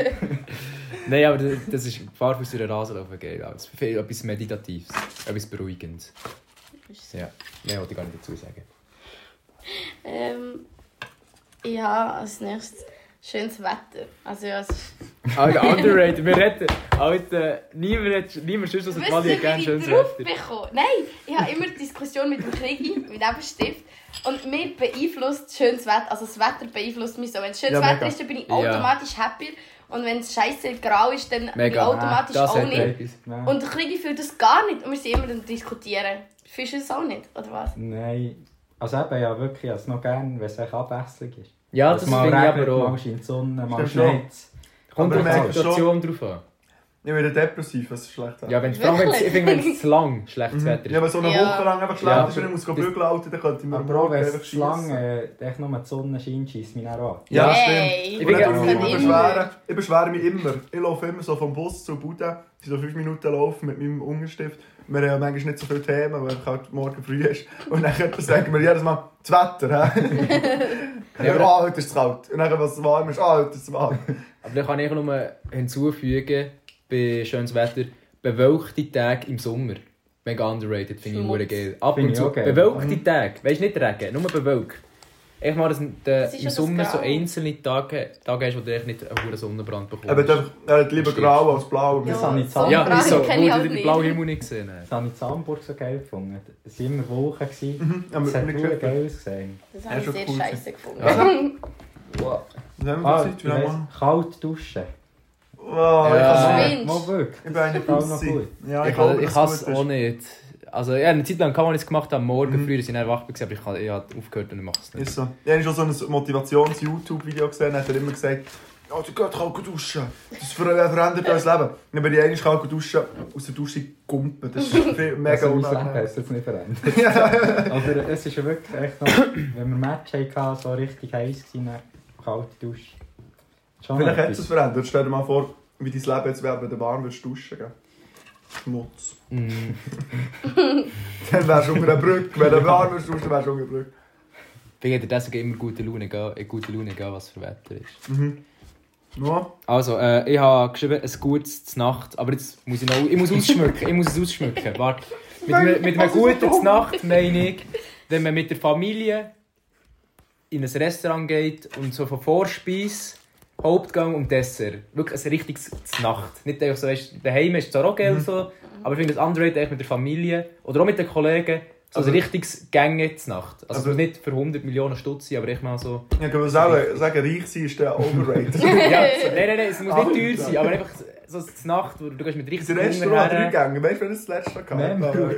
C: Nein, aber das- das ist barfuß durch den Rasen laufen geil. Also, es ist etwas Meditatives, etwas Beruhigendes. Ja, mehr wollte ich gar nicht dazu sagen.
E: Ähm, ja, als nächstes schönes Wetter. Also ja, es ist...
C: Alter, Ah, underrated, wir hätten. Alter, niemand, hat- niemand sonst aus dem
E: Wisst
C: Quali
E: ihr,
C: hat gerne
E: wie ich
C: schönes
E: drauf
C: Wetter.
E: bekomme? Nein, ich habe immer die Diskussion mit dem Krigi, mit dem Stift. Und mir beeinflusst schönes Wetter, also das Wetter beeinflusst mich so. Wenn es
B: Ja,
E: schönes
B: mega.
E: Wetter ist, dann bin ich
C: Ja.
E: automatisch happier. Und wenn es scheiße grau ist, dann bin ich
C: Mega.
E: automatisch
C: Das
E: auch
C: hat
E: nicht.
C: etwas.
D: Nein.
E: Und der Krigi fühlt das gar nicht. Und wir sind immer am diskutieren. Fühlst du das auch nicht, oder was?
D: Nein. Also eben, ja wirklich, ich habe es noch gern, wenn es echt Abwechslung ist.
C: Ja,
D: Dass
C: das
D: mal
C: finde ich
D: regnet,
C: aber
D: Mal
C: auch.
D: scheint die Sonne, mal
B: Stimmt schon.
D: schneit
C: Kommt
B: Aber
C: auf die
B: merkst schon-
C: Situation drauf an.
B: Ich werde depressiv, was ist schlecht.
C: Ja, wenn es vor allem wenn's- ich
E: Wirklich?
C: finde, wenn es zu lang
D: Mhm.
C: schlechtes Wetter
B: Ja,
C: ist.
B: aber so eine
E: Ja.
B: Woche lang einfach schlecht
C: Ja,
B: ist, wenn ich muss
C: aber-
B: bügeln alter, dann könnte ich mir
D: Aber auch wenn
B: einfach
D: es zu lang
B: schiessen.
D: äh, echt nur die Sonne scheint, scheisst mich dann an.
B: Ja,
E: Hey.
B: stimmt.
C: Ich
B: Ich, und
C: bin
B: dann
C: ganz
B: tue ich, mich
E: immer.
B: beschweren. ich beschwere mich immer. Ich laufe immer so vom Bus zur Bude, so fünf Minuten laufen mit meinem Unterstift. Wir haben ja manchmal nicht so viele Themen, weil es halt morgen früh ist. Und dann <laughs> sagen wir jedes Mal, das Wetter, hä?
C: Ja,
B: ja,
C: aber-
B: ah, heute ist es kalt. Und dann, was warm ist, ah, heute ist es warm.
C: Aber da kann ich nur hinzufügen, bei schönes Wetter, bewölkte Tage im Sommer. Mega underrated, finde ich
E: Schmutz.
C: mega geil. Ab
D: Finde
C: und
D: ich
C: zu.
D: auch geil.
C: Bewölkte Tage. Weißt du, nicht Regen, nur bewölkt. Echt mal, dass du
E: ist
C: äh, im
E: ja das
C: Sommer so
E: Grau.
C: einzelne Tage, Tage hast, wo du echt nicht einen hohen Sonnenbrand bekommst.
B: Eben, der- er hat äh, lieber grau als blau.
D: Ja. habe ich
E: so
D: zahlt.
C: ja,
E: Fragen
C: ist so,
E: kenne ich
C: wo
E: halt
C: du den
E: nicht.
C: blauen Himmel nicht gesehen äh. hast.
D: Das habe ich in Hamburg so geil gefunden. Es waren immer Wolken. gewesen.
B: Mhm, <laughs> haben
D: Es
B: wir
D: hat
B: nicht
D: nur
B: gehört.
D: geil ausgesehen.
E: Das
B: Ja,
E: habe ich
B: schon
E: sehr
B: cool.
E: scheiße gefunden.
B: Was haben wir
D: Ah,
B: für Zeit?
D: ich
B: Wie lange machen
D: weiss, kalt duschen. Äh,
B: wir? Wow, ich
C: Ja.
B: kann
E: Schwindst.
D: Mal wirklich.
B: Ich bin eine
D: Das ist auch noch
B: Pussy.
D: gut.
B: Ja,
C: ich
B: glaube,
C: ich, ich
B: dass
C: hasse
B: gut
C: es
B: ist.
C: auch nicht. Also, ja, eine Zeit lang kann man es gemacht haben, am morgen früh, dass ich dann wach war, aber ich, kann, ich habe aufgehört und ich mache es nicht.
B: Ist so. Ich habe schon so ein Motivations-YouTube-Video gesehen, hat er immer gesagt, oh, du gehst kalt duschen. Das ver verändert dein Leben. Dann bin ich einmal kalt duschen, aus der Dusche gumpen. Das ist viel- mega
D: Also mein Leben
B: unangenehm.
D: hat es jetzt
B: <laughs>
D: nicht verändert. Aber es ist ja wirklich echt noch, wenn wir Match hatten, so richtig heiß gewesen, dann kalte Dusche. Schon
B: Vielleicht hat
D: etwas.
B: es es verändert. Stell dir mal vor, wie dein Leben jetzt wäre, wenn du warm würdest duschen. Gell? Schmutz.
C: Mm.
B: Dann wärst du unter einer Brücke. Wenn du warm würdest duschen, wärst du unter einer Brücke.
C: Wegen der deswegen immer gute Laune, gell? Äh, gute Laune, gell, was für Wetter ist.
B: Mhm. Nur?
C: Also, äh, ich habe geschrieben, ein gutes Nacht, aber jetzt muss ich noch, ich muss ausschmücken, ich muss es ausschmücken, warte. Mit, einem- mit einem guten Nacht meine ich, wenn man mit der Familie in ein Restaurant geht und so von Vorspeis, Hauptgang und Dessert. Wirklich ein richtiges Znacht. Nicht einfach so, weißt, daheim ist es zwar auch geil so, aber ich finde das underrated eigentlich mit der Familie oder auch mit den Kollegen, so
B: Aber-
C: ein richtiges Gänge Znacht. Also, es
B: Aber-
C: muss nicht für 100 Millionen Stutz sein, aber ich mal so...
B: Ja, ich würde sagen, sagen, reich sein ist der overrated.
C: Ja, nein, nein, nein, es muss
B: Alter.
C: nicht teuer sein, aber einfach so zur Nacht, wo du gehst mit
B: Ins
C: <laughs> richtig
B: Restaurant
C: her.
B: drei Gänge. Weißt du, wer das letzte hatte?
D: Nein,
B: Aber-
D: Bruder.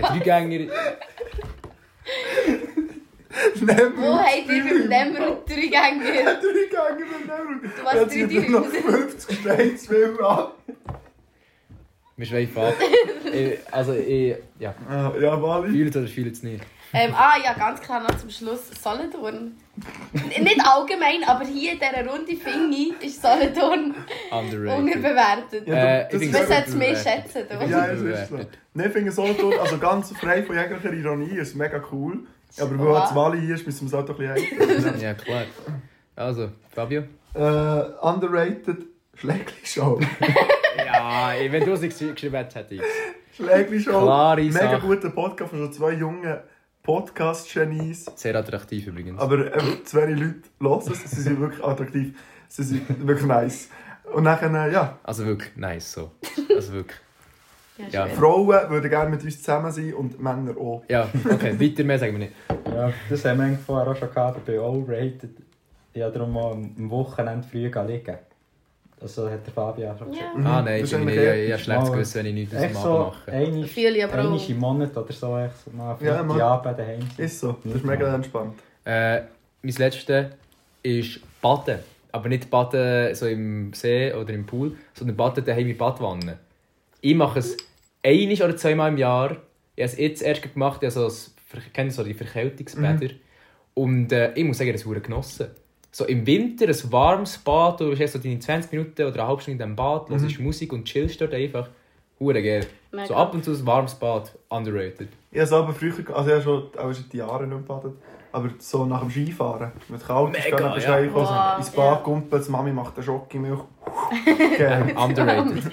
C: Ja, Dreigänger.
B: Nehmen
E: Wo habt ihr mit dem drei Gänge?
B: drei Gänge mit Nehmen.
E: Du hast drei
B: noch <laughs>
E: Dinge.
B: 50 Steine zu viel an.
C: Wir schweifen ab. <laughs> Ich- also, ich. Ja,
B: Ah, Ja, Wally.
C: fühlt oder fühlt es nicht.
E: Ähm, ah ja, ganz klar noch zum Schluss Solothurn. N- Nicht allgemein, aber hier in dieser Runde finde ich, ist Solothurn
C: Underrated.
E: unterbewertet.
B: Ja,
C: Äh,
B: das
C: ich
B: ist-
C: sehr
E: Man sollte es mehr
C: underrated.
E: schätzen.
C: Ich
E: Du.
B: Ja, es ist so. Nein, ich finde es auch also ganz frei von jeglicher Ironie, ist mega cool. Aber weil
E: Oha.
B: das Wally hier ist, müssen wir es auch ein
C: <laughs>
B: bisschen helfen.
C: Ja, klar. Also, Fabio?
B: äh, underrated Schlägli-Show.
C: Ja, wenn du es geschrieben hättest, hätte ich
B: Schlägli-Show.
C: Klare
B: Mega
C: Sache.
B: guter Podcast von so zwei jungen Podcast-Genies.
C: Sehr attraktiv übrigens.
B: Aber äh, zwei Leute hören es, sie sind wirklich attraktiv. Sie sind wirklich nice. Und nachher, äh, ja.
C: Also wirklich nice so. Also wirklich. Ja.
E: schön.
B: Frauen würden gerne mit uns zusammen sein und Männer auch.
C: Ja, okay, weiter mehr sagen wir nicht.
D: Ja, das haben wir eigentlich vorher auch schon gehabt, bei Allrated. Ich habe darum mal am am Wochenende früh gehen liegen. Also hat der Fabian schon gesagt.
E: Ja.
C: Ah nein, ich
B: Das ist
C: bin nicht.
B: eigentlich eh-
C: Ich, ich,
B: eher-
C: habe schlechtes Gewissen, wenn ich nichts aus
D: Echt
C: dem
D: so,
C: Abend mache.
D: einmal
E: Fühle ich aber
D: einmal
E: auch.
D: im Monat oder so, echt so mal
B: Ja, Mann.
D: Freitagabend daheim sein.
B: Ist so. Das ist mega entspannt.
C: Äh, mein letztes ist Baden. Aber nicht Baden so im See oder im Pool, sondern Baden daheim in Badwanne. Ich mache es einisch oder zweimal im Jahr. Ich habe es jetzt erst gemacht, ich habe so das- kennt ihr so die Verkältungsbäder. Und äh, ich muss sagen, ich habe es verdammt genossen. So im Winter ein warmes Bad, du bist erst so deine 20 Minuten oder eine halbe Stunde in diesem Bad, hörst Musik und chillst dort einfach. Hure geil.
E: Mega.
C: So ab und zu ein warmes Bad, underrated.
B: Ich habe selber früher, also ich habe schon, auch schon die Jahre nicht mehr gebadet, aber so nach dem Skifahren, mit kalt ist,
C: Mega,
B: dann bist du
C: ja.
B: reingekommen,
E: Wow,
B: ins
E: ja.
B: Bad kumpeln, die Mami macht eine Schokimilch. Okay.
C: Underrated.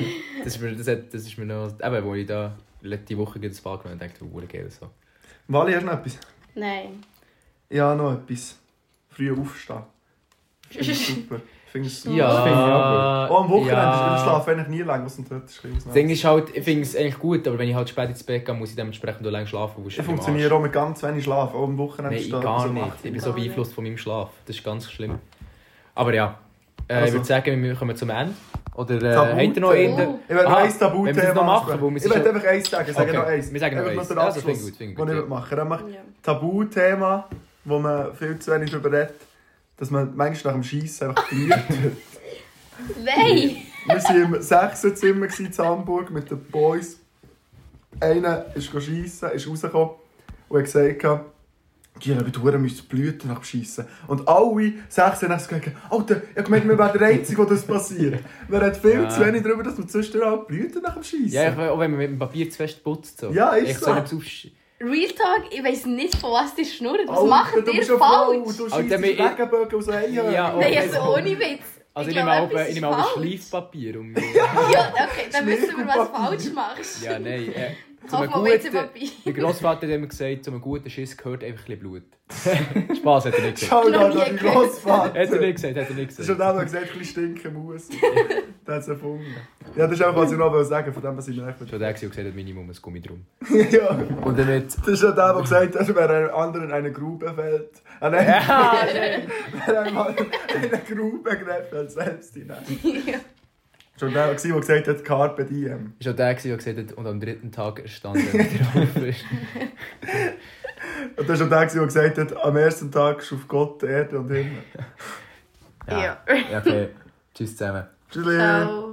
C: Das ist mir, das hat, das ist mir noch. Eben, wo ich da letzte Woche gegen das Ball genommen habe, dachte, wow, geil. So.
B: Wally, hast du noch etwas?
E: Nein.
B: Ja, noch etwas. Früh aufstehen. Finde ich super. Finde ich super.
D: Das finde ich auch
C: Ja.
B: Auch Oh, am Wochenende
C: ja.
B: ja. schlafe ich eigentlich nie lang, was denn dort ist. ein bisschen
C: Das Ding ist halt, ich finde es eigentlich gut, aber wenn ich halt spät ins Bett gehe, muss ich dementsprechend auch lange schlafen.
B: Ich funktioniere auch mit ganz wenig Schlaf. Auch am Wochenende
C: Nein, ich
B: stehe
C: gar
B: so um
C: nicht.
B: 8 Uhr.
C: Ich bin so
E: Gar nicht.
C: beeinflusst von meinem Schlaf. Das ist ganz schlimm. Aber ja, äh, ich
B: Also.
C: würde sagen, wir kommen zum Ende. Oder äh,
B: Tabu-
C: habt ihr noch
B: Tabu-
C: einen?
B: Ich werde
C: Aha,
B: eins Tabuthema
C: wenn wir das noch machen,
B: ansprechen.
C: wo wir
B: Ich
C: sind
B: werde
C: schon-
B: einfach eins sagen, ich sage
C: Okay,
B: noch eins.
C: wir sagen noch
B: Einfach
C: eins.
B: den
C: Also,
B: Abschluss,
C: finde ich gut, finde ich
B: den
C: gut,
B: ich
C: ja.
B: machen würde. Einfach
E: Ja.
B: Tabuthema, wo man viel zu wenig darüber redet, dass man manchmal nach dem Scheiss einfach
C: <laughs>
B: verliert.
E: Nein!
B: wir waren im sechsten Zimmer gewesen in Hamburg mit den Boys. Einer ist schiessen, ist rausgekommen und hat gesagt, die haben die Huren müssen Blüten nach dem Schiessen. Und alle sechs haben dann gesagt, Alter, ich habe gemeint, wir wären der Einzige, wo das passiert. Man redet viel
C: Ja.
B: zu wenig darüber, dass man zwischendurch auch Blüten nach dem Schiessen.
C: Ja, ich, auch wenn man mit dem Papier zu fest putzt. So.
B: Ja, ist
C: ich
B: so.
C: nicht aufsch-
E: Real Talk, ich weiss nicht, von was ihr schnurrt. Was
B: Alter,
E: macht
B: Oh, du
E: ihr
B: bist eine Frau,
E: falsch?
B: Du
C: Alter,
B: schießt
C: wir-
B: Regenbögen aus Eiern.
C: Ja,
E: Nein,
C: okay.
E: also ohne Witz.
C: Also ich
E: Ich
C: nehme
E: glaube,
C: auch,
E: etwas
C: äh, ich
E: ist
C: nehme auch ein
B: <laughs>
E: falsch.
C: Schleifpapier. Um
E: Ja, okay, dann wissen wir, was
B: Schmirgelpapier.
E: falsch machst.
C: ja, nein. Äh, zu einem
E: Hoffen wir jetzt
C: guten...
E: <laughs> Papier.
C: Mein Grossvater hat immer gesagt, zu einem guten Schiss gehört einfach ein bisschen Blut. <laughs> Spass hat er nicht gesagt.
B: Schau
E: Noch
B: da,
E: nie
B: dein
E: gehört.
B: Grossvater.
C: Hat er nicht gesagt, hat er nicht
B: Das ist schon
C: gesagt.
B: der, der gesagt hat, ein bisschen stinken muss. Der hat es erfunden. Ja, das ist auch, was ich noch sagen wollte, von dem, was ich nervt.
C: Schon der, der gesagt hat, Minimum ein Gummi drum.
B: <laughs> ja,
A: Und dann hat
B: das ist schon der, der gesagt hat, wenn einem anderen eine Grube fällt. Ah, nein,
C: Ja, nein.
B: wenn einem eine Grube gräbt, fällt selbst hinein. Schon der, der gesagt hat, Carpe Diem.
C: Schon der, der gesagt hat, und am dritten Tag erstanden er drauf <laughs> ist.
B: Und das ist schon der, der gesagt hat, am ersten Tag schuf Gott die Erde und Himmel.
E: Ja.
C: Ja, okay. Tschüss zusammen.
B: Tschüss.
E: Ciao.